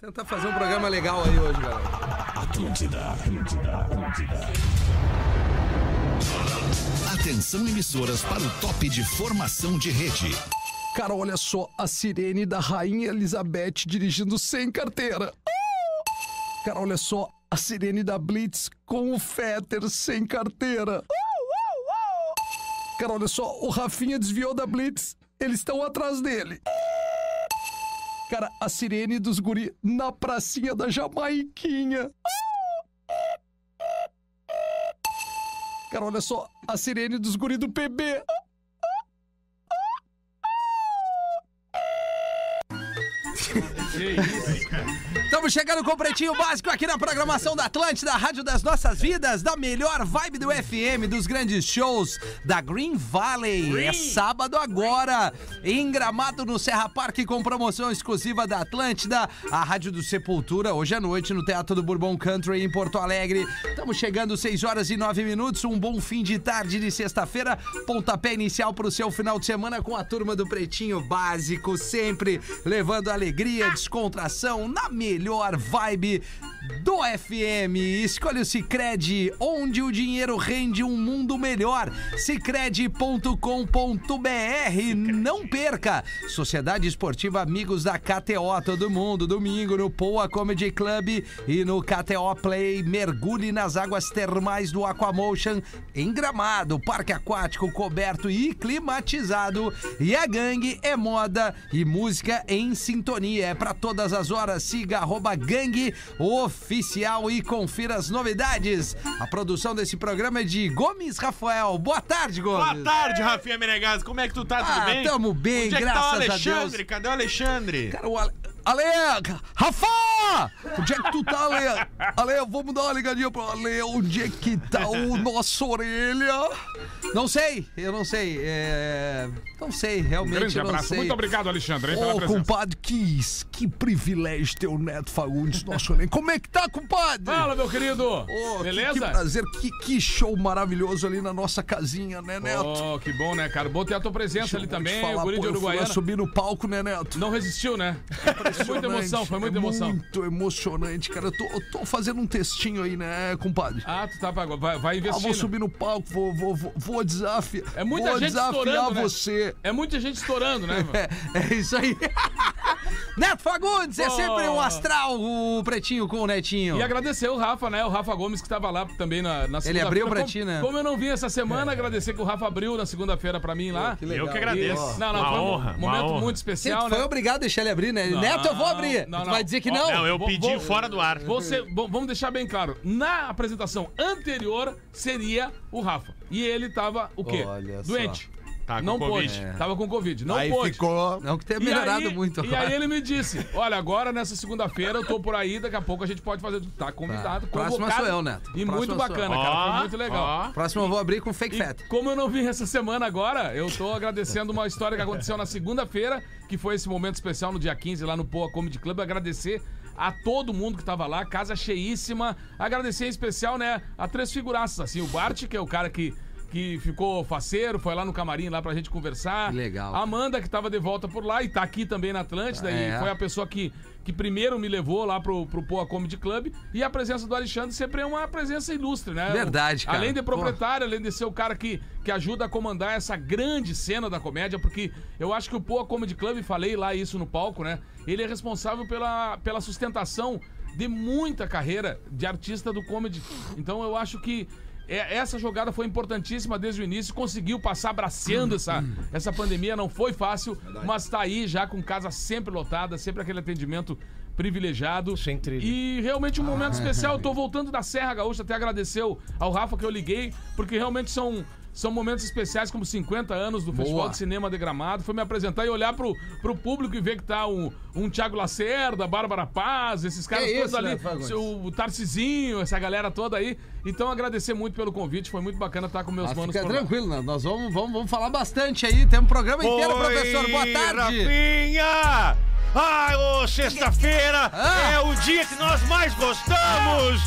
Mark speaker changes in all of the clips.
Speaker 1: Tentar fazer um programa legal aí hoje, galera.
Speaker 2: Atlântida, Atlântida, Atlântida. Atenção emissoras para o top de formação de rede.
Speaker 3: Cara, olha só a sirene da Rainha Elizabeth dirigindo sem carteira. Ah! Cara, olha só a sirene da Blitz com o Fetter sem carteira. Ah! Cara, olha só, o Rafinha desviou da Blitz, eles estão atrás dele. Cara, a sirene dos guri na pracinha da Jamaiquinha. Cara, olha só, a sirene dos guri do PB.
Speaker 1: Estamos chegando com o Pretinho Básico aqui na programação da Atlântida, Rádio das Nossas Vidas, da melhor vibe do FM, dos grandes shows da Green Valley. É sábado agora, em Gramado, no Serra Parque, com promoção exclusiva da Atlântida, a Rádio do Sepultura, hoje à noite, no Teatro do Bourbon Country, em Porto Alegre. Estamos chegando 6 horas e 9 minutos, um bom fim de tarde de sexta-feira, pontapé inicial para o seu final de semana com a turma do Pretinho Básico, sempre levando alegria, descontração, na melhor vibe do FM. Escolha o Cicred, onde o dinheiro rende um mundo melhor. Cicred.com.br. Não perca! Sociedade Esportiva Amigos da KTO, todo mundo, domingo no Poa Comedy Club e no KTO Play. Mergulhe nas águas termais do Aquamotion em Gramado, parque aquático coberto e climatizado. E a gangue é moda e música em sintonia. É para todas as horas. Siga arroba gangue oficial e confira as novidades. A produção desse programa é de Gomes Rafael. Boa tarde, Gomes.
Speaker 4: Boa tarde, Rafinha Menegas. Como é que tu tá? Tudo
Speaker 1: Ah,
Speaker 4: bem?
Speaker 1: tamo bem,
Speaker 4: Onde é que
Speaker 1: graças
Speaker 4: tá o
Speaker 1: a Deus.
Speaker 4: Alexandre? Cadê o Alexandre?
Speaker 1: Cara, o Ale... Ale! Rafa! Onde é que tu tá, Ale? Ale, vamos dar uma ligadinha pro Ale. Onde é que tá o nosso orelha? Não sei, eu não sei. É... Não sei, realmente
Speaker 5: Grande
Speaker 1: eu não
Speaker 5: abraço.
Speaker 1: sei.
Speaker 5: Muito obrigado, Alexandre, hein, pela
Speaker 1: Ô,
Speaker 5: presença.
Speaker 1: compadre, que, que privilégio ter o Neto Fagundes, nosso elenco. Como é que tá, compadre?
Speaker 5: Fala, meu querido.
Speaker 1: Ô, que- Que,
Speaker 5: Ah, Beleza?
Speaker 1: prazer, que, que show maravilhoso ali na nossa casinha, né, Neto?
Speaker 5: Ô, que bom, né, cara? Bom ter a tua presença ali
Speaker 1: Vou te
Speaker 5: também,
Speaker 1: falar,
Speaker 5: o guri
Speaker 1: pô,
Speaker 5: de
Speaker 1: eu fui lá
Speaker 5: Uruguaiana.
Speaker 1: subir no palco, né, Neto?
Speaker 5: Não resistiu, né? Foi muita emoção, foi muita
Speaker 1: É
Speaker 5: emoção.
Speaker 1: Muito emocionante, cara. Eu tô, eu tô fazendo um textinho aí, né, compadre?
Speaker 5: Ah, tu tá pra... vai, vai
Speaker 1: Ah, vou
Speaker 5: investindo.
Speaker 1: subir no palco, vou, vou, vou, vou desafiar.
Speaker 5: É muita
Speaker 1: vou
Speaker 5: gente
Speaker 1: desafiar
Speaker 5: estourando, né?
Speaker 1: você.
Speaker 5: É muita gente estourando, né? mano?
Speaker 1: É, é isso aí. Neto Fagundes, é
Speaker 5: Pô.
Speaker 1: sempre um astral, o pretinho com o netinho.
Speaker 5: E agradecer o Rafa, né? O Rafa Gomes que tava lá também na, na segunda-feira.
Speaker 1: abriu pra
Speaker 5: Como-
Speaker 1: ti, né?
Speaker 5: Como eu não vim essa semana, agradecer que o Rafa abriu na segunda-feira pra mim lá.
Speaker 4: Eu que agradeço.
Speaker 1: Isso.
Speaker 5: Não, não,
Speaker 4: uma
Speaker 5: foi um
Speaker 4: honra, uma
Speaker 5: momento
Speaker 4: honra.
Speaker 5: muito
Speaker 1: Você
Speaker 5: especial,
Speaker 1: foi
Speaker 5: né?
Speaker 1: obrigado a deixar ele abrir, né? Neto, eu vou abrir.
Speaker 5: não,
Speaker 1: Tu
Speaker 5: não.
Speaker 1: vai dizer que
Speaker 5: Ó,
Speaker 1: não?
Speaker 4: Não, eu
Speaker 5: Vou-
Speaker 4: pedi
Speaker 5: vou-
Speaker 4: fora do ar.
Speaker 5: Você, bom, vamos deixar bem claro, na apresentação anterior seria o Rafa. E ele tava o quê?
Speaker 1: Olha só.
Speaker 5: Doente.
Speaker 4: Tá com
Speaker 5: não
Speaker 4: Covid.
Speaker 5: pôde. Tava com Covid. Não
Speaker 6: Aí
Speaker 5: pôde.
Speaker 6: ficou.
Speaker 1: Não, que tenha
Speaker 5: E
Speaker 1: melhorado
Speaker 5: aí-
Speaker 1: muito
Speaker 5: E
Speaker 1: agora.
Speaker 5: aí ele me disse: Olha, agora nessa segunda-feira eu tô por aí, daqui a pouco a gente pode fazer. Tá convidado,
Speaker 1: Tá. Próxima
Speaker 5: convocado.
Speaker 1: sou eu, Neto.
Speaker 5: E
Speaker 1: Próxima sou
Speaker 5: muito
Speaker 1: eu.
Speaker 5: bacana, cara. Foi muito legal.
Speaker 1: Próximo eu vou abrir com fake fat.
Speaker 5: E como eu não vim essa semana agora, eu tô agradecendo uma história que aconteceu na segunda-feira, que foi esse momento especial no dia 15 lá no Poa Comedy Club. Agradecer a todo mundo que tava lá, casa cheíssima. Agradecer em especial, né, a três figuraças, assim, o Bart, que é o cara que que ficou faceiro, foi lá no camarim lá pra gente conversar.
Speaker 1: Que legal.
Speaker 5: A Amanda, que tava de volta por lá e tá aqui também na Atlântida,
Speaker 1: É.
Speaker 5: e foi a pessoa que, que primeiro me levou lá pro, pro Poa Comedy Club. E a presença do Alexandre sempre é uma presença ilustre, né?
Speaker 1: Verdade, cara.
Speaker 5: Além de
Speaker 1: Porra.
Speaker 5: proprietário proprietário, além de ser o cara que, que ajuda a comandar essa grande cena da comédia, porque eu acho que o Poa Comedy Club, falei lá isso no palco, né? Ele é responsável pela, pela sustentação de muita carreira de artista do comedy. Então eu acho que é- essa jogada foi importantíssima desde o início, conseguiu passar abraçando essa, essa pandemia, não foi fácil, mas tá aí já com casa sempre lotada, sempre aquele atendimento privilegiado.
Speaker 6: Sem trilha.
Speaker 5: E realmente um momento
Speaker 1: Ah.
Speaker 5: especial. Eu tô voltando da Serra Gaúcha, até agradeceu ao Rafa que eu liguei, porque realmente são, são momentos especiais, como 50 anos do Festival de Cinema de Gramado. Foi me apresentar e olhar pro, pro público e ver que tá um, um Thiago Lacerda, Bárbara Paz, esses caras
Speaker 1: Que
Speaker 5: todos
Speaker 1: isso, né,
Speaker 5: ali,
Speaker 1: Leandro Fagundes?
Speaker 5: seu- o Tarcizinho, essa galera toda aí. Então agradecer muito pelo convite, foi muito bacana estar com meus
Speaker 1: Ah,
Speaker 5: manos
Speaker 1: fica
Speaker 5: por lá.
Speaker 1: tranquilo, né? nós vamos, vamos, vamos falar bastante aí. Tem um programa inteiro, professor. Boa
Speaker 4: Oi,
Speaker 1: tarde.
Speaker 4: Rafinha! Ai, ô, sexta-feira
Speaker 1: Ah.
Speaker 4: é o dia que nós mais gostamos!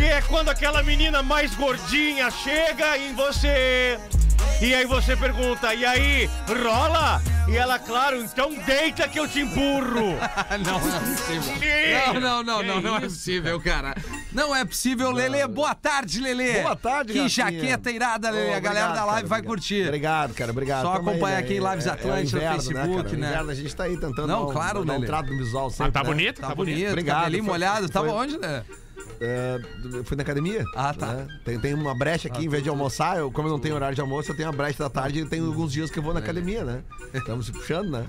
Speaker 4: E é quando aquela menina mais gordinha chega em você. E aí você pergunta, e aí, rola?
Speaker 7: E ela, claro, então deita que eu te empurro.
Speaker 1: Não, não é possível. Não, não, não, não, não é possível, cara. Não é possível, Lelê. Boa tarde, Lelê.
Speaker 6: Boa tarde,
Speaker 1: É. Que
Speaker 6: Rafinha.
Speaker 1: jaqueta irada, Lelê.
Speaker 6: Ô,
Speaker 1: a galera
Speaker 6: obrigado,
Speaker 1: da live
Speaker 6: cara,
Speaker 1: vai
Speaker 6: obrigado.
Speaker 1: curtir.
Speaker 6: Obrigado, cara, obrigado.
Speaker 1: Só
Speaker 6: Tamo aí,
Speaker 1: acompanha
Speaker 6: né?
Speaker 1: aqui em Lives
Speaker 6: É- é o
Speaker 1: Atlântica no
Speaker 6: inverno,
Speaker 1: Facebook,
Speaker 6: cara?
Speaker 1: né?
Speaker 6: O Inverno, a gente tá aí
Speaker 1: Não,
Speaker 6: tentando dar um-
Speaker 1: claro,
Speaker 6: dar um
Speaker 1: Lelê.
Speaker 6: trato no visual sempre,
Speaker 7: Mas tá
Speaker 6: né?
Speaker 7: bonito,
Speaker 1: Tá
Speaker 7: tá
Speaker 1: bonito,
Speaker 7: bonito.
Speaker 6: Obrigado,
Speaker 1: cabelinho
Speaker 6: foi-
Speaker 1: molhado. Tava
Speaker 6: foi-
Speaker 1: onde, né?
Speaker 6: É, eu fui na academia.
Speaker 1: Ah, tá. Ah,
Speaker 6: né? Tem, tem uma brecha aqui, em vez de almoçar, eu, como eu não tenho horário de almoço, eu tenho a brecha da tarde e tem alguns dias que eu vou na
Speaker 1: É.
Speaker 6: academia, né? Estamos se puxando, né?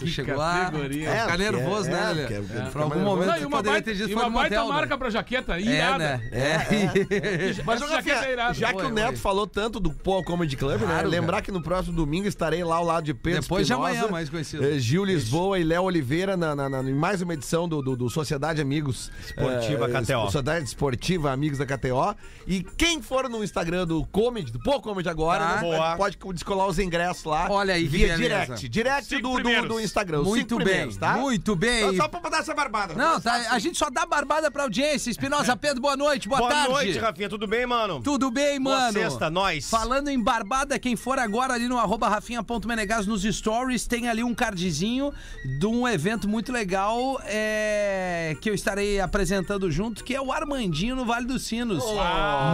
Speaker 1: Tu chegou lá.
Speaker 5: categoria.
Speaker 1: É, ficar
Speaker 6: porque
Speaker 1: nervoso,
Speaker 6: é,
Speaker 1: né, Lelê?
Speaker 6: porque- porque
Speaker 1: Por
Speaker 6: fica
Speaker 1: algum
Speaker 6: mais nervoso.
Speaker 1: momento
Speaker 5: Não, e
Speaker 1: tu
Speaker 5: uma
Speaker 1: poderia
Speaker 5: baita,
Speaker 1: ter dito
Speaker 5: e
Speaker 1: foi
Speaker 5: uma
Speaker 1: no
Speaker 5: baita
Speaker 1: motel, né?
Speaker 5: marca pra jaqueta,
Speaker 1: É,
Speaker 5: irada.
Speaker 1: né? É.
Speaker 5: Mas a jaqueta é irada.
Speaker 6: já que
Speaker 1: Oi,
Speaker 6: o Neto
Speaker 1: oi.
Speaker 6: falou tanto do Paul Comedy Club, né?
Speaker 1: Claro,
Speaker 6: Lembrar
Speaker 1: cara.
Speaker 6: que no próximo domingo estarei lá ao lado de Pedro
Speaker 1: Depois de
Speaker 6: Espinosa,
Speaker 1: amanhã, mais conhecido.
Speaker 6: eh, Gil Lisboa e Léo Oliveira na, na- na- em mais uma edição do, do- do Sociedade Amigos.
Speaker 7: Esportiva
Speaker 6: eh,
Speaker 7: KTO.
Speaker 6: Sociedade Esportiva Amigos da KTO. E quem for no Instagram do Comedy, do Paul Comedy agora,
Speaker 1: Tá.
Speaker 6: né,
Speaker 7: Boa.
Speaker 6: pode descolar os ingressos lá.
Speaker 1: Olha aí que
Speaker 6: via
Speaker 1: beleza.
Speaker 6: direct. Direct
Speaker 7: Cinco
Speaker 6: do, do,
Speaker 7: primeiros.
Speaker 6: do Instagram. os
Speaker 1: Muito
Speaker 6: cinco
Speaker 1: bem,
Speaker 6: primeiros, tá?
Speaker 1: muito bem.
Speaker 6: Só, só pra dar essa barbada.
Speaker 1: Não, tá, a gente só dá barbada pra audiência. Espinosa Pedro, boa noite, boa,
Speaker 7: Boa
Speaker 1: tarde.
Speaker 7: noite, Rafinha. Tudo bem, mano?
Speaker 1: Tudo bem, mano?
Speaker 7: Boa sexta, nós.
Speaker 1: Falando em barbada, quem for agora ali no arroba rafinha.menegas nos stories, tem ali um cardzinho de um evento muito legal é, que eu estarei apresentando junto, que é o Armandinho no Vale dos Sinos.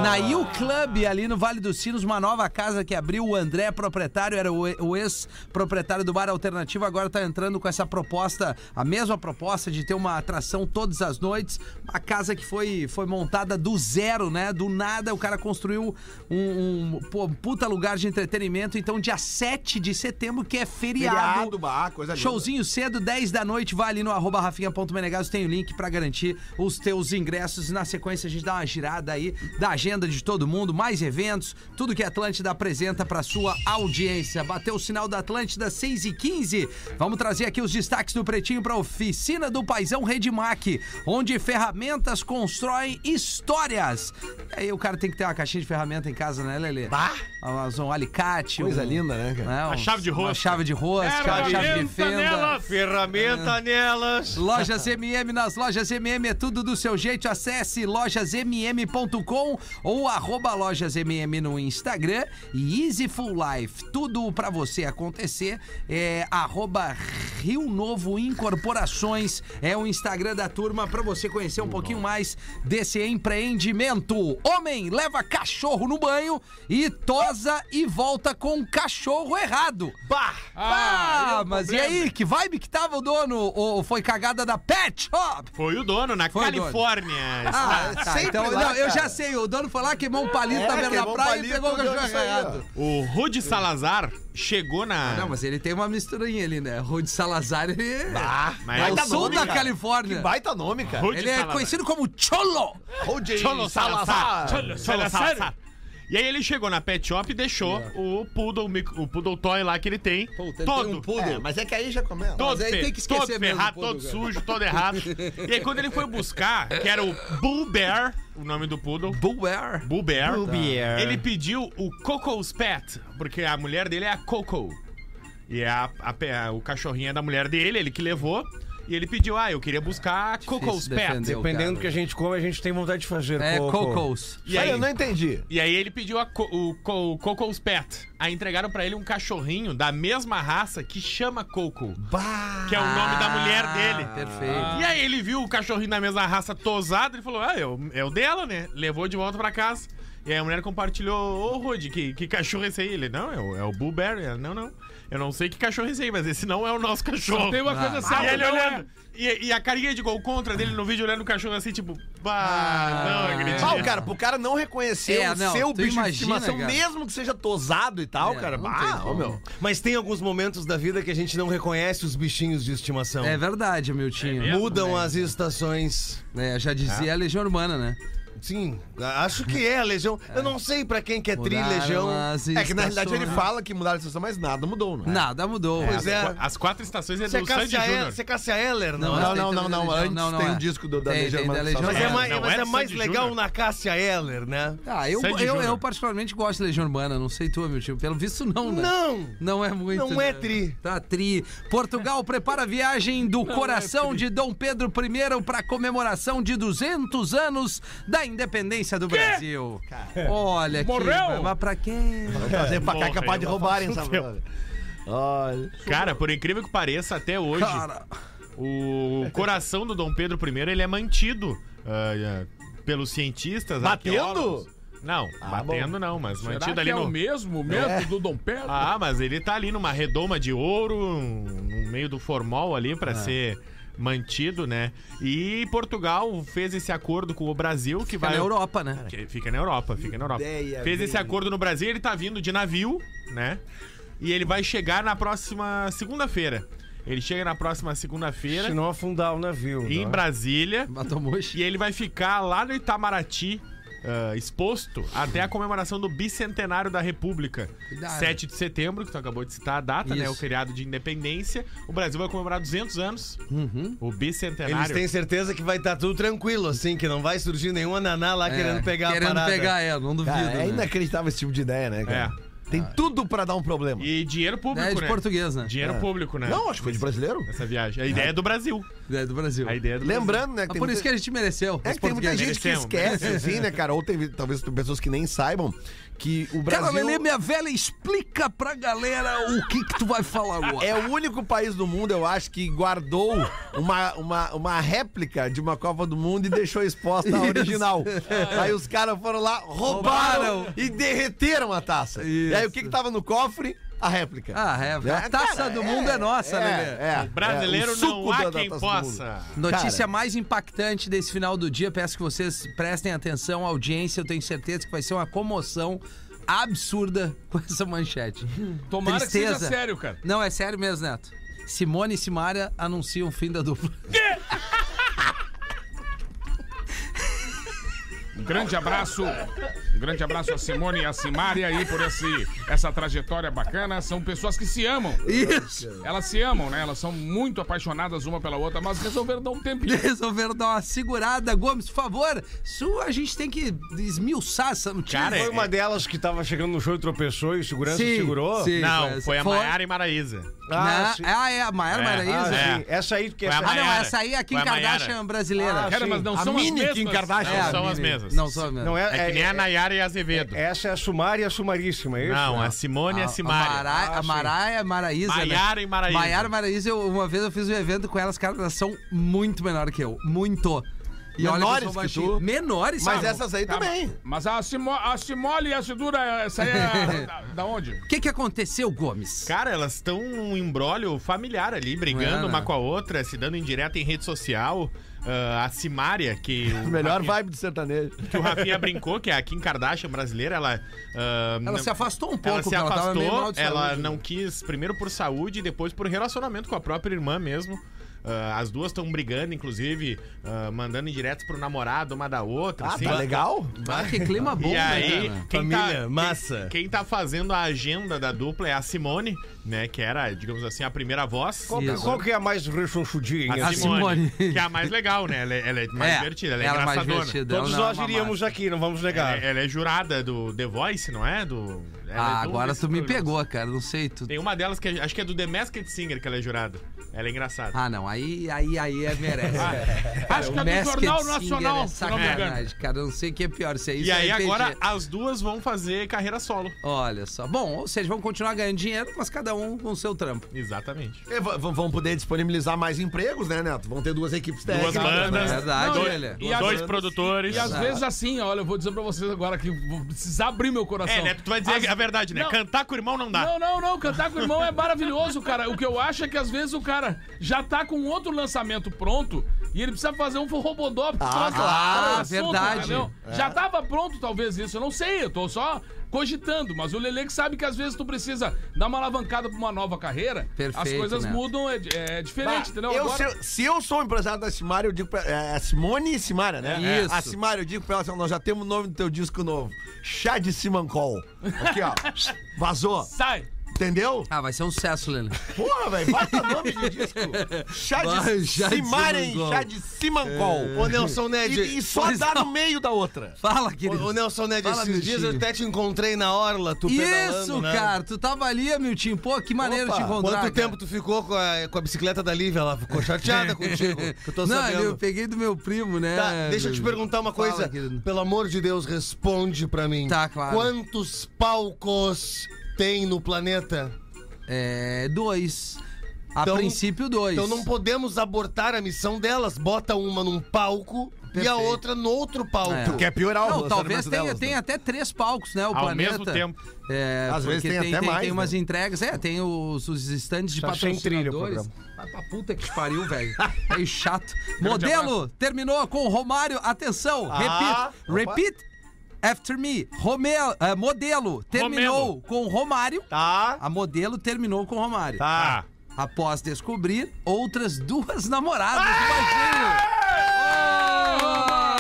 Speaker 1: Na Il Club, ali no Vale dos Sinos, uma nova casa que abriu. O André, proprietário, era o e- o ex-proprietário do Bar Alternativo, agora tá entrando com essa proposta, a mesma proposta de ter uma atração todas as noites. Uma casa que foi, foi montada do zero, né? Do nada, o cara construiu um, um, pô, um puta lugar de entretenimento. Então, dia 7 de setembro, que é feriado.
Speaker 6: Feriado, bah, coisa linda.
Speaker 1: Showzinho cedo, 10 da noite, vai ali no arroba rafinha.menegas, tem o link pra garantir os teus ingressos e na sequência a gente dá uma girada aí da agenda de todo mundo, mais eventos, tudo que a Atlântida apresenta pra sua audiência. Bateu o sinal da Atlântida, 6 e 15 Vamos trazer aqui os destaques do Pretinho pra Oficina do Paizão Redmac, onde ferramentas constroem histórias. E aí o cara tem que ter uma caixinha de ferramenta em casa, né, Lelê? Bah! Um alicate.
Speaker 6: Coisa
Speaker 1: um-
Speaker 6: linda, né, cara?
Speaker 1: né, um-
Speaker 7: A chave de
Speaker 1: Uma
Speaker 7: rosca.
Speaker 1: chave de rosca, uma chave de
Speaker 5: Ferramenta
Speaker 1: fenda.
Speaker 5: nelas.
Speaker 7: Ferramenta nelas.
Speaker 1: Lojas MM, nas lojas MM é tudo do seu jeito. Acesse lojasmm.com ou arroba lojasmm no Instagram e Easy Full Life. Tudo pra você acontecer é arroba Rio Novo Incorporações. É o Instagram da turma pra você conhecer um pouquinho mais desse empreendimento. Homem leva cachorro no banho e tosa e volta com cachorro errado.
Speaker 6: Bah!
Speaker 5: Ah,
Speaker 1: Ah,
Speaker 5: aí
Speaker 6: um
Speaker 5: é o
Speaker 1: mas
Speaker 5: problema.
Speaker 1: e aí? Que vibe que tava o dono? Ou foi cagada da Pet Shop?
Speaker 7: Foi o dono, na
Speaker 1: Foi o dono. né?
Speaker 7: Califórnia.
Speaker 1: Ah, tá.
Speaker 6: sempre
Speaker 1: Então,
Speaker 6: lá,
Speaker 1: não, eu
Speaker 6: cara.
Speaker 1: já sei. O dono foi lá, queimou um palito
Speaker 6: É,
Speaker 1: na beira da
Speaker 6: queimou um
Speaker 1: praia e
Speaker 6: palito,
Speaker 1: pegou o
Speaker 6: deu
Speaker 1: cachorro
Speaker 6: isso aí, ó.
Speaker 1: errado.
Speaker 7: O Rudy Salazar chegou na.
Speaker 1: Não, mas ele tem uma misturinha ali, né? Rude Salazar, ele
Speaker 6: Ah,
Speaker 7: Mas-
Speaker 1: é o
Speaker 7: baita
Speaker 1: sul
Speaker 6: nome,
Speaker 1: da
Speaker 6: cara.
Speaker 1: Califórnia.
Speaker 6: Baita nome, cara.
Speaker 7: Rudy
Speaker 1: Ele é
Speaker 7: Salazar.
Speaker 1: conhecido como Cholo.
Speaker 6: Rudy
Speaker 7: Cholo Salazar. Cholo
Speaker 5: Salazar.
Speaker 7: Salazar. E aí ele chegou na pet shop e deixou
Speaker 1: É.
Speaker 7: o poodle, mic- o poodle toy lá que ele tem. todo.
Speaker 1: um
Speaker 6: É, mas é que aí já começa.
Speaker 7: Todo,
Speaker 1: Mas aí
Speaker 7: fe-
Speaker 1: tem que esquecer
Speaker 7: todo
Speaker 1: mesmo
Speaker 7: ferrado,
Speaker 1: o poodle,
Speaker 7: todo
Speaker 1: cara.
Speaker 7: sujo, todo errado. e aí quando ele foi buscar, que era o Bull Bear, o nome do poodle.
Speaker 1: Bull Bear.
Speaker 7: Bull Bear.
Speaker 6: Bull Bear.
Speaker 7: Ele pediu o Coco's Pet, porque a mulher dele é a Coco. E é a, a pe- a- o cachorrinho é da mulher dele, ele que levou. E ele pediu, ah, eu queria buscar a Coco's
Speaker 1: É Difícil defender
Speaker 7: Pet.
Speaker 1: o
Speaker 4: Dependendo do que
Speaker 1: cara. né?
Speaker 4: a gente né? come, a gente tem vontade de fazer.
Speaker 1: É,
Speaker 4: Coco.
Speaker 1: Cocos.
Speaker 7: E
Speaker 6: Olha,
Speaker 7: aí,
Speaker 6: eu não entendi.
Speaker 7: E aí ele pediu a co- o, co- o Coco's Pet. Aí entregaram pra ele um cachorrinho da mesma raça que chama Coco, que é o nome
Speaker 1: Ah,
Speaker 7: da mulher dele.
Speaker 1: Perfeito.
Speaker 6: Ah,
Speaker 7: E aí ele viu o cachorrinho da mesma raça tosado, ele falou, ah, é o, é o dela, né? Levou de volta pra casa. E aí a mulher compartilhou, ô Rude, que, que cachorro é esse aí? Ele, não, é o, é o Bull Bear. Ela, não, não, eu não sei que cachorro é esse aí, mas esse não é o nosso cachorro.
Speaker 5: Tem uma
Speaker 1: Ah.
Speaker 5: coisa
Speaker 7: E
Speaker 5: certa,
Speaker 7: ele
Speaker 5: não é.
Speaker 7: olhando, e, e a carinha de gol contra dele no vídeo olhando o cachorro assim, tipo, bah, não acredito.
Speaker 6: Ah, o cara, pro cara não reconhecer
Speaker 1: É,
Speaker 6: o
Speaker 1: não,
Speaker 6: seu
Speaker 1: tu
Speaker 6: bicho
Speaker 1: imagina,
Speaker 6: de estimação,
Speaker 1: cara.
Speaker 6: mesmo que seja tosado e tal,
Speaker 1: É,
Speaker 6: cara.
Speaker 1: não
Speaker 6: Ah,
Speaker 1: tem
Speaker 6: ô
Speaker 1: como.
Speaker 6: meu.
Speaker 4: Mas tem alguns momentos da vida que a gente não reconhece os bichinhos de estimação.
Speaker 1: É verdade, meu tio.
Speaker 6: É
Speaker 4: Mudam as estações.
Speaker 1: É, já dizia a Legião Urbana, né?
Speaker 4: Sim, acho que é, Legião. Eu não sei pra quem que é tri,
Speaker 1: Mudaram
Speaker 4: Legião.
Speaker 1: as
Speaker 6: É que na realidade ele
Speaker 1: estações.
Speaker 6: fala que mudaram a situação, mas nada mudou, né?
Speaker 1: Nada mudou.
Speaker 4: Pois é.
Speaker 7: As quatro estações é
Speaker 4: Você é
Speaker 7: do Sandy
Speaker 4: Cássia,
Speaker 7: Júnior.
Speaker 4: E- você é Cássia Eller, não?
Speaker 1: Não,
Speaker 4: é?
Speaker 6: Não, não, não, não.
Speaker 1: Não,
Speaker 6: Antes
Speaker 1: não,
Speaker 6: tem
Speaker 1: é.
Speaker 6: um disco do, da
Speaker 1: Tem,
Speaker 6: Legião
Speaker 1: tem da
Speaker 6: Urbana.
Speaker 1: Legião
Speaker 4: Mas é,
Speaker 1: Urbana.
Speaker 4: mais,
Speaker 7: não,
Speaker 4: mas
Speaker 7: era
Speaker 4: é mais
Speaker 7: Sandy
Speaker 4: legal
Speaker 7: Júnior.
Speaker 4: na Cássia Eller, né?
Speaker 1: Ah, eu,
Speaker 7: Sandy
Speaker 1: eu,
Speaker 7: Júnior.
Speaker 1: eu particularmente gosto de Legião Urbana, não sei tu, meu tio. Pelo visto, não, né?
Speaker 4: Não!
Speaker 1: Não é muito.
Speaker 4: Não é tri. é
Speaker 1: Tá tri. Portugal prepara a viagem do coração de Dom Pedro I para comemoração de 200 anos da independência do Brasil. Olha
Speaker 5: Morreu?
Speaker 1: que. Mas pra quem?
Speaker 6: Fazer pra cá
Speaker 7: Morre,
Speaker 6: é capaz de
Speaker 7: eu
Speaker 6: roubarem essa. Olha.
Speaker 4: Cara, por incrível que pareça, até hoje,
Speaker 1: Cara,
Speaker 4: o coração do Dom Pedro I ele é mantido ah, ah, pelos cientistas.
Speaker 7: Batendo?
Speaker 4: arqueólogos. Não, batendo não, mas
Speaker 5: Ah, Será
Speaker 4: mantido
Speaker 5: que
Speaker 4: ali
Speaker 5: é
Speaker 4: no.
Speaker 5: o mesmo, o mesmo
Speaker 6: É.
Speaker 5: do Dom Pedro?
Speaker 4: Ah, mas ele tá ali numa redoma de ouro, um- no meio do formol ali
Speaker 5: Ah.
Speaker 4: pra ser mantido, né? E Portugal fez esse acordo com o Brasil que
Speaker 1: fica
Speaker 4: vai
Speaker 1: na Europa, né?
Speaker 4: que fica na Europa, fica na Europa.
Speaker 6: ideia,
Speaker 4: Fez esse
Speaker 6: velho.
Speaker 4: acordo no Brasil, ele tá vindo de navio, né? E ele vai chegar na próxima segunda-feira. Ele chega na próxima segunda-feira
Speaker 7: Se não afundar o navio.
Speaker 4: em
Speaker 7: né?
Speaker 4: Brasília
Speaker 1: Matou mochi.
Speaker 4: e ele vai ficar lá no Itamaraty. ah, exposto até a comemoração do bicentenário da República.
Speaker 1: da hora.
Speaker 4: 7 de setembro, que tu acabou de citar a data, né?
Speaker 1: Isso.
Speaker 4: O feriado de independência. O Brasil vai comemorar 200 anos.
Speaker 6: Uhum.
Speaker 4: O bicentenário.
Speaker 7: Eles têm certeza que vai estar tudo tranquilo, assim, que não vai surgir nenhum ananá
Speaker 4: tá
Speaker 7: lá É, querendo pegar
Speaker 1: É, Querendo
Speaker 7: a parada.
Speaker 1: pegar, é, não duvido.
Speaker 6: Cara, é
Speaker 1: né?
Speaker 6: inacreditável esse tipo de ideia, né, cara?
Speaker 7: É.
Speaker 6: Tem tudo pra dar um problema.
Speaker 4: É. E dinheiro público,
Speaker 1: É de
Speaker 4: né?
Speaker 1: português, né?
Speaker 4: Dinheiro público,
Speaker 7: É.
Speaker 4: né?
Speaker 6: Não, acho que foi de brasileiro.
Speaker 4: Essa viagem. A ideia é do Brasil.
Speaker 1: É do Brasil.
Speaker 4: A ideia é do
Speaker 6: Lembrando, né,
Speaker 1: Mas
Speaker 6: que tem
Speaker 1: por isso
Speaker 6: muita-
Speaker 1: que a gente mereceu.
Speaker 6: É
Speaker 1: os
Speaker 6: que tem muita
Speaker 1: portugueses.
Speaker 6: gente que
Speaker 4: Merecemos,
Speaker 6: esquece, assim, né, cara? Ou tem, talvez pessoas que nem saibam que o Brasil...
Speaker 1: Cara, Lelê, minha velha, explica pra galera o que que tu vai falar agora.
Speaker 6: É o único país do mundo, eu acho, que guardou uma, uma, uma réplica de uma Copa do Mundo e deixou exposta a
Speaker 1: Isso.
Speaker 6: original. Aí os caras foram lá, roubaram
Speaker 1: Roubaram.
Speaker 6: e derreteram a taça. E aí o que, que tava no cofre? A réplica.
Speaker 1: Ah, é,
Speaker 6: Né?
Speaker 1: a taça
Speaker 6: Cara,
Speaker 1: do mundo é, nossa, Lelê.
Speaker 6: é, é,
Speaker 4: Brasileiro
Speaker 6: é, o
Speaker 4: não
Speaker 6: suco da-
Speaker 4: há
Speaker 6: da
Speaker 4: quem
Speaker 6: Taça do Mundo.
Speaker 4: possa.
Speaker 1: Notícia
Speaker 6: Cara.
Speaker 1: mais impactante desse final do dia, peço que vocês prestem atenção, audiência, eu tenho certeza que vai ser uma comoção absurda com essa manchete.
Speaker 5: Tomara que
Speaker 1: Tristeza.
Speaker 5: seja sério, cara.
Speaker 1: Não, é sério mesmo, Neto. Simone e Simaria anunciam o fim da dupla.
Speaker 5: Um grande abraço. Um grande abraço a Simone e a Simária aí por esse, essa trajetória bacana. São pessoas que se amam.
Speaker 1: Isso!
Speaker 5: Elas se amam, né? Elas são muito apaixonadas uma pela outra, mas resolveram dar um tempinho.
Speaker 1: Resolveram dar uma segurada. Gomes, por favor, isso a gente tem que esmiuçar essa notícia.
Speaker 4: Cara, é-
Speaker 7: Foi uma delas que tava chegando no show e tropeçou e o segurança segurou?
Speaker 1: sim,
Speaker 4: Não,
Speaker 1: essa.
Speaker 4: foi a Maiara e Maraísa.
Speaker 1: Na-
Speaker 7: Ah, sim.
Speaker 1: Ah, é, a Maiara
Speaker 4: É.
Speaker 1: Maraísa?
Speaker 4: Ah,
Speaker 7: Ah,
Speaker 4: sim.
Speaker 7: sim. Essa aí que
Speaker 4: Foi
Speaker 7: essa...
Speaker 4: a
Speaker 1: Ah, não,
Speaker 4: Maiara.
Speaker 1: essa aí é a Kim
Speaker 4: Foi a Maiara.
Speaker 1: Kardashian brasileira.
Speaker 7: Ah,
Speaker 5: Cara,
Speaker 7: sim.
Speaker 5: mas não
Speaker 7: A
Speaker 5: são as
Speaker 7: mini
Speaker 5: mesmas.
Speaker 7: Kim Kardashian.
Speaker 1: É,
Speaker 4: Não
Speaker 1: a
Speaker 4: são as
Speaker 1: mini-
Speaker 4: mesmas.
Speaker 1: Não são as mesmas.
Speaker 7: Não é,
Speaker 4: É que nem a Nayara e Azevedo.
Speaker 7: Essa é a Sumária e a Sumaríssima, é isso?
Speaker 4: Não, a Simone e a Simária.
Speaker 1: Mara- a Ah, Maraia, é Maraísa.
Speaker 4: Maiara
Speaker 1: né?
Speaker 4: e Maraísa.
Speaker 1: Maiara e Maraísa, eu- uma vez eu fiz um evento com elas, cara, elas são muito menor que eu. Muito. E olha
Speaker 6: Menores
Speaker 1: eu sou
Speaker 6: que
Speaker 1: baixinho.
Speaker 6: tu?
Speaker 1: Menores,
Speaker 6: Mas
Speaker 1: cara.
Speaker 6: essas aí também.
Speaker 5: Mas a, Simo, a Simole e a Sidura, essa aí é da, da onde?
Speaker 1: O que, que aconteceu, Gomes?
Speaker 4: Cara, elas estão num imbróglio familiar ali, brigando
Speaker 1: É, né?
Speaker 4: uma com a outra, se dando indireta em rede social. Ah, a Simária, que o,
Speaker 6: Melhor vibe do sertanejo.
Speaker 4: que o Rafinha brincou, que é a Kim Kardashian brasileira, ela.
Speaker 1: Ela
Speaker 4: ah, não-
Speaker 1: se afastou um pouco,
Speaker 4: Ela se
Speaker 1: porque tava
Speaker 4: afastou,
Speaker 1: meio
Speaker 4: ela,
Speaker 1: mal de saúde. né?
Speaker 4: não quis, primeiro por saúde e depois por relacionamento com a própria irmã mesmo. Ah, as duas estão brigando, inclusive, ah, mandando indiretos pro namorado uma da outra.
Speaker 6: Ah,
Speaker 4: assim.
Speaker 6: tá legal?
Speaker 1: Ah, que clima bom,
Speaker 4: E
Speaker 1: né,
Speaker 4: aí,
Speaker 1: cara?
Speaker 4: quem
Speaker 7: Família,
Speaker 4: tá,
Speaker 7: massa.
Speaker 4: Quem, quem tá fazendo a agenda da dupla é a Simone, né? Que era, digamos assim, a primeira voz.
Speaker 7: Qual,
Speaker 1: Isso.
Speaker 7: qual que é a mais rechonchudinha?
Speaker 4: A
Speaker 7: assim?
Speaker 4: Simone,
Speaker 1: Simone.
Speaker 4: que é a mais legal, né? Ela, é- ela é mais
Speaker 1: É,
Speaker 4: divertida, ela é
Speaker 1: ela é mais
Speaker 4: engraçadona.
Speaker 1: divertida.
Speaker 7: Todos
Speaker 1: Não,
Speaker 7: nós
Speaker 1: não,
Speaker 7: iríamos aqui, não vamos
Speaker 4: Ela,
Speaker 7: negar.
Speaker 4: é- ela é jurada do The Voice, não é? Do,
Speaker 1: Ah,
Speaker 4: ela é do-
Speaker 1: agora
Speaker 4: desse
Speaker 1: tu me
Speaker 4: programa.
Speaker 1: pegou, cara. Não sei. Tu...
Speaker 4: Tem uma delas que é- acho que é do The Masked Singer que ela é jurada. Ela é engraçada.
Speaker 1: Ah, não. Aí, aí, aí é merece. Acho
Speaker 5: que Ah, é do Jornal Nacional, se não me engano.
Speaker 1: sacanagem, cara. Eu não sei o que é pior. Se é isso
Speaker 4: e aí
Speaker 1: ou RPG.
Speaker 4: agora as duas vão fazer carreira solo.
Speaker 1: Olha só. Bom, ou seja, vamos continuar ganhando dinheiro, mas cada um com o seu trampo.
Speaker 4: Exatamente.
Speaker 6: E v- v- vão poder disponibilizar mais empregos, né, Neto? Vão ter duas equipes técnicas.
Speaker 4: bandas.
Speaker 1: É,
Speaker 6: né?
Speaker 7: Ah,
Speaker 1: Verdade,
Speaker 5: Não,
Speaker 1: olha.
Speaker 5: E às
Speaker 4: Dois
Speaker 5: vezes-
Speaker 4: produtores.
Speaker 5: E às vezes assim, olha, eu vou dizer pra vocês agora que vou precisar abrir meu coração.
Speaker 4: É, né? Tu vai dizer
Speaker 5: Às-
Speaker 4: a verdade, né?
Speaker 5: Não.
Speaker 4: Cantar com o irmão não dá.
Speaker 5: Não, não, não. Cantar com o irmão é maravilhoso, cara. O que eu acho é que às vezes o cara já tá com outro lançamento pronto e ele precisa fazer um forrobodó. porque troca-
Speaker 1: Ah, claro,
Speaker 5: troca
Speaker 1: verdade.
Speaker 5: um
Speaker 1: É.
Speaker 5: entendeu? Já tava pronto talvez isso, eu não sei, eu tô só cogitando. Mas o Lele que sabe que às vezes tu precisa dar uma alavancada pra uma nova carreira, as
Speaker 1: Perfeito, né?
Speaker 5: coisas
Speaker 1: Neto.
Speaker 5: mudam, é, é diferente, entendeu?
Speaker 6: Eu,
Speaker 5: Agora-
Speaker 6: se, eu, se eu sou um empresário da Simária, eu digo pra. É, é Simone e Simária, né?
Speaker 1: Isso.
Speaker 6: A Simária, eu digo pra ela assim: ó, nós já temos o nome do teu disco novo. Chá de Simancol. Aqui, ó. Vazou.
Speaker 5: Sai!
Speaker 6: Entendeu?
Speaker 1: Ah, vai ser um sucesso, Lelê.
Speaker 6: Porra, velho. Bota o nome de disco. Chá
Speaker 1: Vai,
Speaker 6: de É.
Speaker 1: chá de
Speaker 6: Simária e
Speaker 1: Simancol.
Speaker 6: chá de Simancol.
Speaker 7: é. Ô, Nelson
Speaker 6: E,
Speaker 7: Ned,
Speaker 6: e só
Speaker 1: Pois
Speaker 6: dá
Speaker 1: não.
Speaker 6: no meio da outra.
Speaker 1: Fala,
Speaker 7: ô,
Speaker 1: querido.
Speaker 7: ô, Nelson Ned,
Speaker 1: Fala,
Speaker 7: esses dias
Speaker 1: Miltinho.
Speaker 7: eu até te encontrei na orla, tu pedalando,
Speaker 1: Isso,
Speaker 7: né?
Speaker 1: cara. Tu tava ali, Miltinho. Pô, que maneiro
Speaker 7: Opa,
Speaker 1: te encontrar.
Speaker 7: Quanto
Speaker 1: cara.
Speaker 7: tempo tu ficou com a, com a bicicleta da Lívia? Ela ficou chateada contigo, que eu tô
Speaker 1: Não,
Speaker 7: sabendo.
Speaker 1: eu peguei do meu primo, né?
Speaker 7: Tá, deixa eu te perguntar uma
Speaker 1: Fala,
Speaker 7: coisa.
Speaker 1: querido.
Speaker 7: Pelo amor de Deus, responde pra mim.
Speaker 1: Tá, claro.
Speaker 7: Quantos palcos tem no planeta?
Speaker 1: É, dois. A
Speaker 7: Então-
Speaker 1: princípio, dois.
Speaker 7: Então não podemos abortar a missão delas. Bota uma num palco e a
Speaker 1: Perfeito.
Speaker 7: outra no outro palco.
Speaker 1: É.
Speaker 6: Quer piorar o
Speaker 1: Não, talvez
Speaker 6: relacionamento
Speaker 1: tenha,
Speaker 6: delas, né?
Speaker 1: tenha até três palcos, né? O
Speaker 4: Ao
Speaker 1: planeta.
Speaker 4: mesmo tempo.
Speaker 1: É,
Speaker 6: Às vezes
Speaker 1: porque
Speaker 6: tem até mais,
Speaker 1: Tem
Speaker 6: né?
Speaker 1: umas entregas, é, tem os, os stands de
Speaker 7: Tá sem trilha o
Speaker 1: patrocinadores. Vai pra puta que te pariu, velho. É chato. Modelo terminou com o Romário. Atenção,
Speaker 7: Ah,
Speaker 1: repeat. Repeat. After me, Romel, eh, modelo terminou
Speaker 4: Romelo.
Speaker 1: com o Romário.
Speaker 7: Tá.
Speaker 1: A modelo terminou com o Romário.
Speaker 4: Ah,
Speaker 7: Tá.
Speaker 1: Após descobrir outras duas namoradas do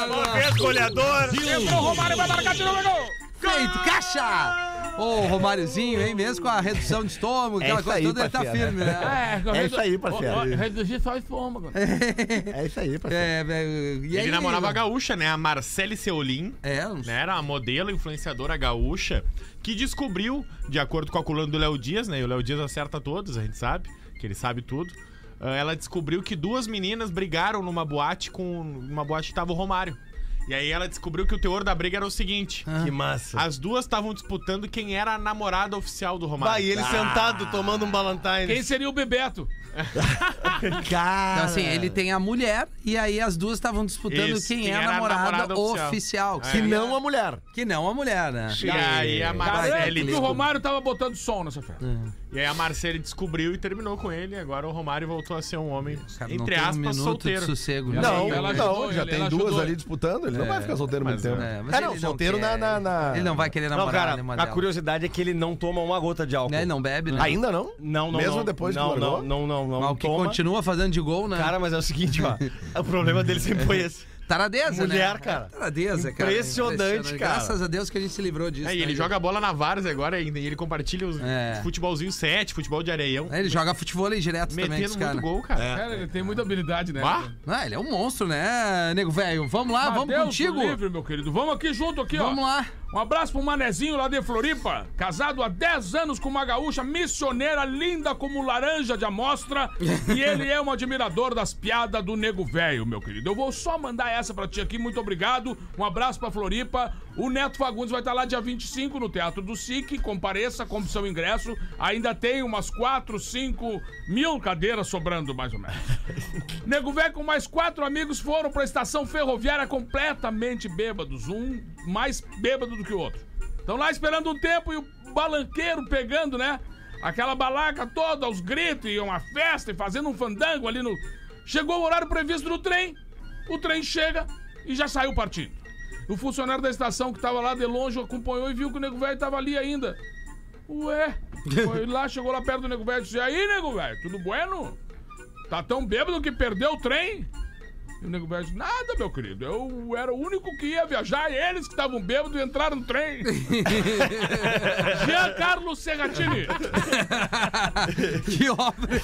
Speaker 1: Baixinho.
Speaker 4: Escolhedor.
Speaker 5: Entrou o Romário, vai marcar de novo, gol!
Speaker 1: Feito, caixa! Ô, Romáriozinho, hein? Mesmo com a redução de estômago,
Speaker 6: É
Speaker 1: aquela
Speaker 6: isso
Speaker 1: coisa
Speaker 6: aí,
Speaker 1: toda, ele tá
Speaker 6: parceiro.
Speaker 1: firme, né?
Speaker 5: É,
Speaker 6: É isso aí, parceiro.
Speaker 5: Ó, ó, Reduzir só o estômago.
Speaker 6: É isso aí, parceiro.
Speaker 1: É, velho. e
Speaker 4: Ele
Speaker 1: aí,
Speaker 4: namorava a gaúcha, né? A Marcele Seolim.
Speaker 1: É, não
Speaker 4: né, era uma modelo influenciadora gaúcha que descobriu, de acordo com a coluna do Léo Dias, né? E o Léo Dias acerta todos, a gente sabe, que ele sabe tudo. ah, Ela descobriu que duas meninas brigaram numa boate com uma boate que tava o Romário. E aí ela descobriu que o teor da briga era o seguinte:
Speaker 7: Que massa.
Speaker 4: as duas estavam disputando quem era a namorada oficial do Romário. Ah,
Speaker 7: Vai, e ele sentado tomando um Ballantine.
Speaker 5: Quem seria o Bebeto?
Speaker 1: Então, assim, ele tem a mulher e aí as duas estavam disputando
Speaker 4: Isso,
Speaker 1: quem
Speaker 4: quem
Speaker 1: é a
Speaker 4: era a
Speaker 1: namorada
Speaker 4: namorada
Speaker 1: oficial.
Speaker 4: oficial. É.
Speaker 1: que,
Speaker 6: Que
Speaker 1: seria-
Speaker 6: não a mulher.
Speaker 1: que não a é mulher, né?
Speaker 4: E aí a Marcele
Speaker 6: é
Speaker 5: Garanto É, que o
Speaker 4: descobriu.
Speaker 5: Romário tava botando som nessa festa.
Speaker 4: E aí a Marcele descobriu e terminou com ele. e Agora o Romário voltou a ser um homem,
Speaker 1: Cara, não
Speaker 4: entre
Speaker 1: tem um
Speaker 4: aspas,
Speaker 1: minuto
Speaker 4: solteiro.
Speaker 1: de sossego. né?
Speaker 6: Não,
Speaker 5: ela
Speaker 6: não,
Speaker 5: ajudou,
Speaker 6: já
Speaker 5: ele-
Speaker 6: tem
Speaker 5: ela
Speaker 6: duas
Speaker 5: ajudou.
Speaker 6: ali disputando, ele não vai ficar solteiro muito tempo.
Speaker 1: É, mas
Speaker 6: É,
Speaker 1: ele
Speaker 6: não, solteiro
Speaker 1: quer-
Speaker 6: na, na, na-
Speaker 1: Ele não vai querer namorar
Speaker 7: Não, cara,
Speaker 1: nenhuma
Speaker 7: a
Speaker 1: delas.
Speaker 7: curiosidade é que ele não toma uma gota de álcool.
Speaker 1: Né, Ele não bebe, né?
Speaker 6: Ainda não?
Speaker 7: Não, não,
Speaker 6: Mesmo
Speaker 7: não.
Speaker 6: depois que
Speaker 7: não, não,
Speaker 6: largou?
Speaker 7: não, não, não.
Speaker 1: Mas o que
Speaker 7: toma.
Speaker 1: continua fazendo de gol, né?
Speaker 7: Cara, mas é o seguinte, ó. o problema dele sempre foi esse.
Speaker 1: Taradeza, né?
Speaker 7: mulher, cara.
Speaker 1: Taradeza, cara.
Speaker 7: Impressionante, cara.
Speaker 1: Graças a Deus que a gente se livrou disso.
Speaker 4: É, e
Speaker 1: né,
Speaker 4: ele
Speaker 1: gente?
Speaker 4: joga bola na Várzea agora e ele compartilha os
Speaker 1: É.
Speaker 4: futebolzinho 7, futebol de areião.
Speaker 1: É, Ele joga futebol aí direto também,
Speaker 4: metendo
Speaker 1: esse
Speaker 4: muito
Speaker 1: cara.
Speaker 4: gol, cara.
Speaker 5: Cara, É, ele tem muita habilidade, né?
Speaker 4: Bah,
Speaker 1: Ah, ele é um monstro, né, nego velho? Vamos lá, vamos
Speaker 5: Mateus
Speaker 1: contigo.
Speaker 5: Livre, meu querido. Vamos aqui junto aqui,
Speaker 1: Vamos
Speaker 5: ó.
Speaker 1: lá.
Speaker 5: Um abraço pro Manezinho lá de Floripa, casado há 10 anos com uma gaúcha missioneira linda como laranja de amostra, e ele é um admirador das piadas do nego velho, meu querido. Eu vou só mandar essa pra ti aqui, muito obrigado. Um abraço pra Floripa. O Neto Fagundes vai estar lá dia 25 no Teatro do SIC, compareça, compre seu ingresso. Ainda tem umas 4, 5 mil cadeiras sobrando, mais ou menos. Nego Velho com mais quatro amigos foram pra estação ferroviária completamente bêbados. Um mais bêbado do que o outro. Estão lá esperando um tempo e o balanqueiro pegando, né? Aquela balaca toda, os gritos e uma festa e fazendo um fandango ali no... Chegou o horário previsto do trem, o trem chega e já saiu partindo. O funcionário da estação que tava lá de longe acompanhou e viu que o Nego Velho tava ali ainda. Ué, foi lá, chegou lá perto do Nego Velho e disse, "E aí, Nego Velho, tudo bueno? Tá tão bêbado que perdeu o trem? E o nego velho disse, nada, meu querido. Eu era o único que ia viajar e eles que estavam bêbados e entraram no trem. Jean Carlos Serratini.
Speaker 1: que obra.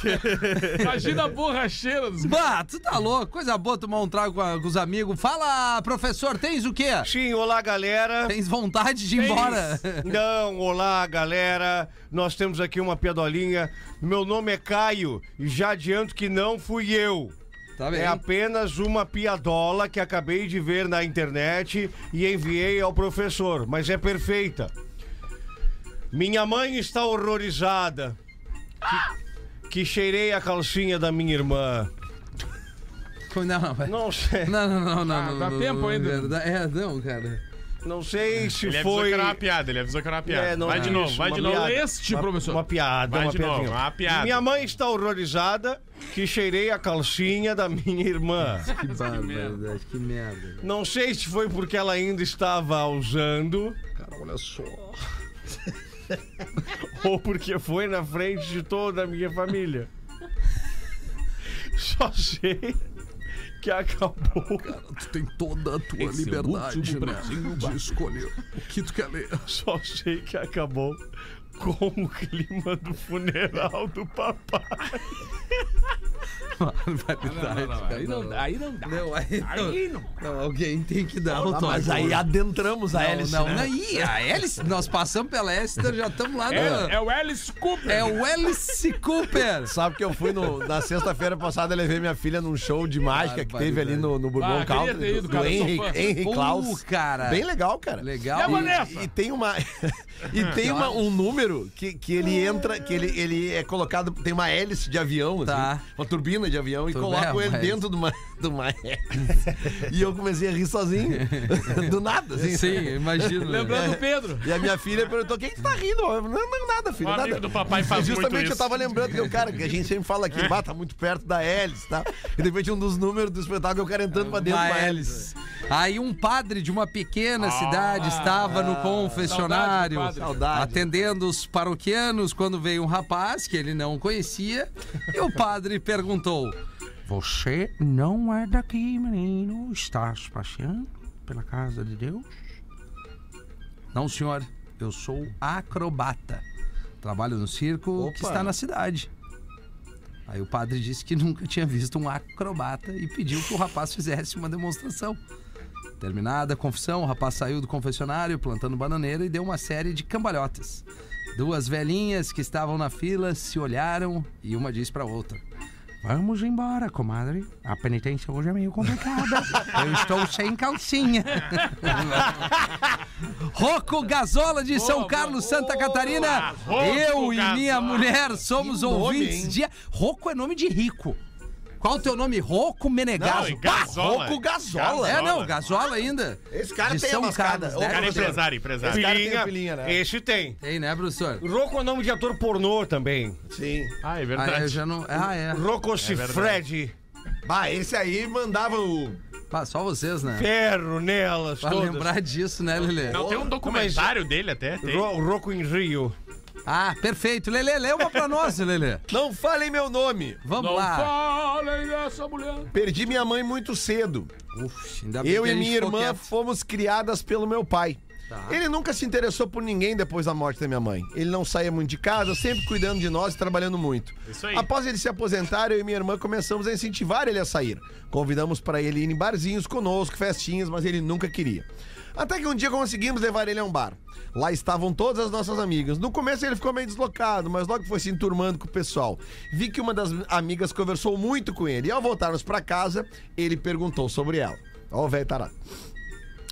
Speaker 5: Imagina a borracheira dos
Speaker 1: Bah, tu tá louco. Coisa boa tomar um trago com, a- com os amigos. Fala, professor, tens o quê?
Speaker 7: Sim, olá, galera.
Speaker 1: Tens vontade de ir embora?
Speaker 7: Não, olá, galera. Nós temos aqui uma pedolinha. Meu nome é Caio e já adianto que não fui eu.
Speaker 1: Tá bem.
Speaker 7: É apenas uma piadola que acabei de ver na internet e enviei ao professor, mas é perfeita. Minha mãe está horrorizada. Que, que cheirei a calcinha da minha irmã.
Speaker 1: Não, não, vai.
Speaker 7: Não sei,
Speaker 1: Não, não, não, não.
Speaker 5: Ah,
Speaker 1: não,
Speaker 5: dá
Speaker 1: não,
Speaker 5: tempo
Speaker 1: não,
Speaker 5: ainda.
Speaker 1: verdade- É, não, cara.
Speaker 7: não sei se
Speaker 4: ele avisou
Speaker 7: foi.
Speaker 4: que era uma piada, ele avisou que era uma piada.
Speaker 7: É, não
Speaker 4: vai de
Speaker 7: é
Speaker 4: novo,
Speaker 7: isso,
Speaker 4: vai de
Speaker 7: uma
Speaker 4: novo.
Speaker 7: piada.
Speaker 5: Este, professor.
Speaker 7: Uma piada,
Speaker 4: Vai
Speaker 7: uma
Speaker 4: de novo,
Speaker 7: piadinha.
Speaker 4: uma piada.
Speaker 7: Minha mãe está horrorizada que cheirei a calcinha da minha irmã.
Speaker 1: Que barbaridade, que merda.
Speaker 7: Não sei se foi porque ela ainda estava usando
Speaker 3: Cara, olha só.
Speaker 7: ou porque foi na frente de toda a minha família. Só sei que acabou.
Speaker 3: Tu tem toda a tua
Speaker 5: Esse
Speaker 3: liberdade
Speaker 5: último
Speaker 3: né, de escolher o que tu quer ler.
Speaker 7: Só sei que acabou com o clima do funeral do papai.
Speaker 1: Barbaridade, cara.
Speaker 5: Aí não, aí não dá.
Speaker 1: Não, aí não.
Speaker 5: Aí não.
Speaker 1: Não, alguém tem que dar o toque.
Speaker 6: Ah, Mas aí adentramos a
Speaker 1: Não,
Speaker 6: hélice,
Speaker 1: não,
Speaker 6: né?
Speaker 1: não, Ih, a hélice, nós passamos pela hélice, então já estamos lá no...
Speaker 5: É,
Speaker 1: É,
Speaker 5: é o Alice Cooper.
Speaker 1: o hélice Cooper.
Speaker 6: Sabe que eu fui no, na sexta-feira passada, eu levei minha filha num show de mágica que teve ali no, no Bourbon
Speaker 5: Ah, queria
Speaker 6: Country,
Speaker 5: ter ido,
Speaker 6: do,
Speaker 5: cara, eu sou
Speaker 6: Henry,
Speaker 5: fã.
Speaker 6: Henry
Speaker 1: Pô,
Speaker 6: Klaus.
Speaker 1: cara.
Speaker 6: Bem legal, cara.
Speaker 1: legal.
Speaker 5: E a
Speaker 1: E-
Speaker 5: Vanessa?
Speaker 6: E tem uma e tem uma- um número que, que ele entra, que ele, ele é colocado, tem uma hélice de avião,
Speaker 1: Tá.
Speaker 6: assim, uma turbina de avião, e
Speaker 1: Turbina,
Speaker 6: colocam ele
Speaker 1: mas-
Speaker 6: dentro de uma, de uma hélice. e eu comecei a rir sozinho, do nada, assim.
Speaker 1: Sim, eu imagino.
Speaker 5: Lembrando o Pedro.
Speaker 6: E a minha filha perguntou, quem que tá rindo? Eu, não, não, nada, filho,
Speaker 4: Um
Speaker 6: nada.
Speaker 4: amigo do papai
Speaker 6: E
Speaker 4: faz muito
Speaker 6: É justamente
Speaker 4: isso.
Speaker 6: eu tava lembrando que o cara, que a gente sempre fala que bah, tá muito perto da hélice, tá? E de repente um dos números do espetáculo é o cara entrando pra dentro
Speaker 1: Uma
Speaker 6: da hélice.
Speaker 1: hélice. Aí um padre de uma pequena cidade estava no confessionário
Speaker 5: saudade do padre.
Speaker 6: Saudade.
Speaker 1: atendendo os paroquianos quando veio um rapaz que ele não conhecia e o padre perguntou: Você não é daqui, menino? Estás passeando pela casa de Deus? Não, senhor, eu sou acrobata. Trabalho no circo que
Speaker 6: Opa.
Speaker 1: está na cidade. Aí o padre disse que nunca tinha visto um acrobata e pediu que o rapaz fizesse uma demonstração. Terminada a confissão, o rapaz saiu do confessionário plantando bananeira e deu uma série de cambalhotas. Duas velhinhas que estavam na fila se olharam e uma disse para outra: Vamos embora, comadre. A penitência hoje é meio complicada. Eu estou sem calcinha. Rocco Gazola de São Carlos, Santa Catarina.
Speaker 4: Rocco
Speaker 1: Eu e minha
Speaker 4: Gazzola.
Speaker 1: mulher somos
Speaker 6: nome,
Speaker 1: ouvintes
Speaker 6: hein?
Speaker 1: de. Rocco é nome de rico. Qual o teu nome? Rocco
Speaker 4: Não,
Speaker 1: Menegaso.
Speaker 4: e
Speaker 1: Bah,
Speaker 4: Gazola.
Speaker 6: Rocco Gazola.
Speaker 1: é, não, Gasola ainda.
Speaker 6: Esse cara
Speaker 1: De
Speaker 6: tem
Speaker 1: São
Speaker 6: a mascada.
Speaker 1: Carlos,
Speaker 6: Ô,
Speaker 1: né?
Speaker 4: O cara é empresário,
Speaker 7: Esse
Speaker 4: empresário.
Speaker 7: cara
Speaker 6: Pilinha,
Speaker 7: tem a
Speaker 6: pilinha, né?
Speaker 7: Esse tem.
Speaker 1: Tem, né, professor?
Speaker 7: Rocco é nome de ator pornô também.
Speaker 6: Sim.
Speaker 4: Ah, é
Speaker 1: Ah, eu
Speaker 4: verdade.
Speaker 1: já não. Ah, é.
Speaker 7: Rocco Cifredi.
Speaker 6: Bah, esse aí mandava o.
Speaker 1: Pá, só vocês, né?
Speaker 7: Ferro nelas
Speaker 1: Pra
Speaker 7: todas.
Speaker 1: lembrar disso, né, Lelê?
Speaker 4: Não, tem um documentário dele até. Tem.
Speaker 7: Ro Rocco em Rio.
Speaker 1: Ah, perfeito. Lelê, lê uma pra nós, Lelê.
Speaker 6: Não falem meu nome!
Speaker 1: Vamos
Speaker 5: Não
Speaker 1: lá.
Speaker 5: falem dessa mulher.
Speaker 6: Perdi minha mãe muito cedo.
Speaker 1: Uf, ainda bem
Speaker 6: Eu
Speaker 1: que
Speaker 6: e
Speaker 1: a gente
Speaker 6: minha
Speaker 1: ficou
Speaker 6: irmã
Speaker 1: quieto.
Speaker 6: fomos criadas pelo meu pai.
Speaker 4: Tá.
Speaker 6: Ele nunca se interessou por ninguém depois da morte da minha mãe. Ele não saía muito de casa, sempre cuidando de nós e trabalhando muito.
Speaker 4: Isso aí.
Speaker 6: Após ele se aposentar, eu e minha irmã começamos a incentivar ele a sair. Convidamos para ele ir em barzinhos conosco, festinhas, mas ele nunca queria. Até que um dia conseguimos levar ele a um bar. Lá estavam todas as nossas amigas. No começo ele ficou meio deslocado, mas logo foi se enturmando com o pessoal. Vi que uma das amigas conversou muito com ele e ao voltarmos para casa, ele perguntou sobre ela. Ó, o velho tarado.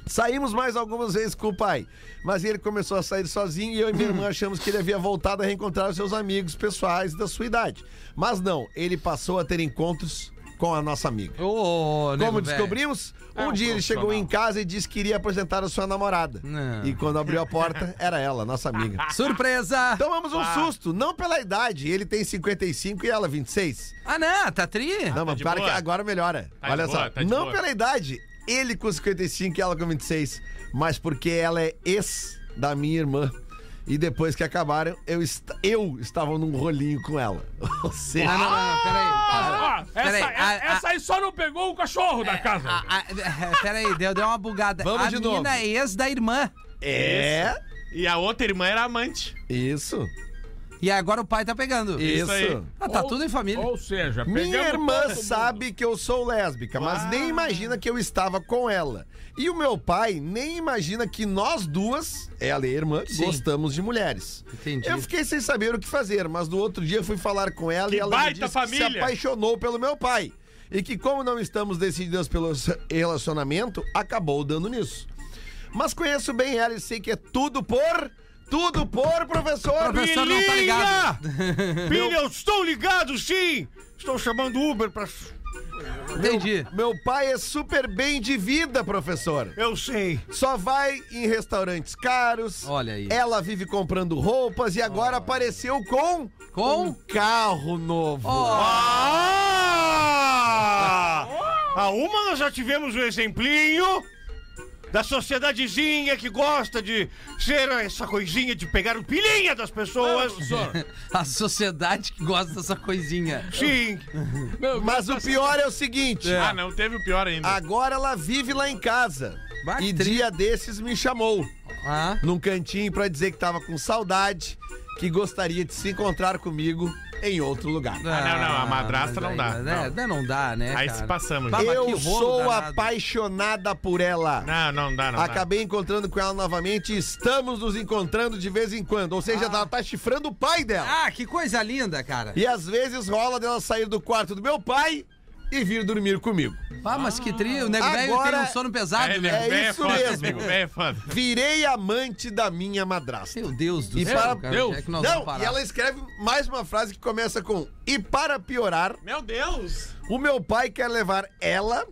Speaker 6: Saímos mais algumas vezes com o pai, mas ele começou a sair sozinho e eu e minha irmã achamos que ele havia voltado a reencontrar os seus amigos pessoais da sua idade. Mas não, ele passou a ter encontros com a nossa amiga.
Speaker 1: Ô, ô, nego
Speaker 6: Como
Speaker 1: velho. É
Speaker 6: descobrimos, um dia ele chegou em casa e disse que iria apresentar a sua namorada.
Speaker 1: Não.
Speaker 6: E quando abriu a porta, era ela, nossa amiga.
Speaker 1: Surpresa!
Speaker 6: Tomamos um susto, não pela idade, ele tem 55 e ela 26.
Speaker 1: Ah, não, tá tri?
Speaker 6: Não, mas
Speaker 4: de
Speaker 6: para que
Speaker 4: boa?
Speaker 6: agora melhora.
Speaker 4: Tá de
Speaker 6: Olha
Speaker 4: boa,
Speaker 6: só.
Speaker 4: tá de
Speaker 6: não
Speaker 4: boa.
Speaker 6: pela idade, ele com 55 e ela com 26, mas porque ela é ex da minha irmã. E depois que acabaram, eu, est- eu estava num rolinho com ela. Ou seja,
Speaker 1: Não, não, não,
Speaker 4: Ah,
Speaker 1: não, peraí.
Speaker 5: Ó, essa,
Speaker 1: Ah, Peraí,
Speaker 5: é-
Speaker 1: a- a- É,
Speaker 5: essa aí só não pegou o cachorro da casa.
Speaker 1: A- a- Ah, é, peraí, deu, deu uma bugada.
Speaker 6: Vamos
Speaker 1: a
Speaker 6: de novo.
Speaker 1: mina é ex da irmã.
Speaker 6: é
Speaker 4: E a outra irmã era amante.
Speaker 6: isso.
Speaker 1: E agora o pai tá pegando.
Speaker 6: Isso.
Speaker 4: aí.
Speaker 1: Ah, tá
Speaker 5: Ou-
Speaker 1: tudo em família.
Speaker 5: Ou seja,
Speaker 6: Minha
Speaker 5: pegamos
Speaker 6: irmã
Speaker 5: todo mundo.
Speaker 6: sabe que eu sou lésbica, mas nem imagina que eu estava com ela. E o meu pai nem imagina que nós duas, ela e a irmã,
Speaker 1: Sim.
Speaker 6: gostamos de mulheres.
Speaker 1: Entendi.
Speaker 6: Eu fiquei sem saber o que fazer, mas no outro dia fui falar com ela
Speaker 4: Que
Speaker 6: e ela me
Speaker 4: baita
Speaker 6: disse que se
Speaker 4: família!
Speaker 6: apaixonou pelo meu pai. E que como não estamos decididas pelo relacionamento, acabou dando nisso. Mas conheço bem ela e sei que é tudo por... Tudo por, professor!
Speaker 1: Professor, não tá ligado.
Speaker 7: Pilha, eu estou ligado, sim! Estou chamando Uber pra.
Speaker 1: Entendi.
Speaker 6: Meu pai é super bem de vida, professor.
Speaker 7: Eu sei.
Speaker 6: Só vai em restaurantes caros.
Speaker 1: Olha aí.
Speaker 6: Ela vive comprando roupas e agora apareceu com
Speaker 1: Com?
Speaker 6: um carro novo.
Speaker 7: Ah! A uma nós já tivemos um exemplinho da sociedadezinha que gosta de ser essa coisinha de pegar o pilinha das pessoas.
Speaker 1: A sociedade que gosta dessa coisinha.
Speaker 7: Sim.
Speaker 6: Mas o pior é Ah, o seguinte.
Speaker 4: Ah, não, teve o pior ainda.
Speaker 6: Agora ela vive lá em casa.
Speaker 1: Bah, que
Speaker 6: e
Speaker 1: tri-
Speaker 6: dia desses me chamou
Speaker 1: Ah,
Speaker 6: num cantinho pra dizer que tava com saudade, que gostaria de se encontrar comigo em outro lugar.
Speaker 1: Ah,
Speaker 4: Ah, não, não, a madrasta
Speaker 1: mas
Speaker 4: não dá,
Speaker 1: aí, né? Não. não dá, né?
Speaker 4: Aí
Speaker 1: cara?
Speaker 4: se passamos.
Speaker 1: Bah, mas que rolo
Speaker 6: Eu sou
Speaker 1: danado.
Speaker 6: apaixonada por ela.
Speaker 4: Não, não dá, não dá.
Speaker 6: Acabei encontrando com ela novamente. Estamos nos encontrando de vez em quando. Ou seja, ela tá chifrando o pai dela.
Speaker 1: Ah, que coisa linda, cara.
Speaker 6: E às vezes rola dela sair do quarto do meu pai e vir dormir comigo.
Speaker 1: Ah, mas que trio. O nego velho
Speaker 6: Agora-
Speaker 1: tem um sono pesado,
Speaker 4: É,
Speaker 1: né?
Speaker 6: é
Speaker 4: velho,
Speaker 6: isso
Speaker 4: foda,
Speaker 6: mesmo.
Speaker 4: nego, velho, é foda.
Speaker 6: Virei amante da minha madrasta.
Speaker 1: Meu Deus do
Speaker 6: E
Speaker 1: céu,
Speaker 6: para-
Speaker 1: cara.
Speaker 5: Deus.
Speaker 1: onde é que nós vamos
Speaker 6: Não,
Speaker 1: parar?
Speaker 6: e ela escreve mais uma frase que começa com: E para piorar,
Speaker 4: Meu Deus!
Speaker 6: o meu pai quer levar ela,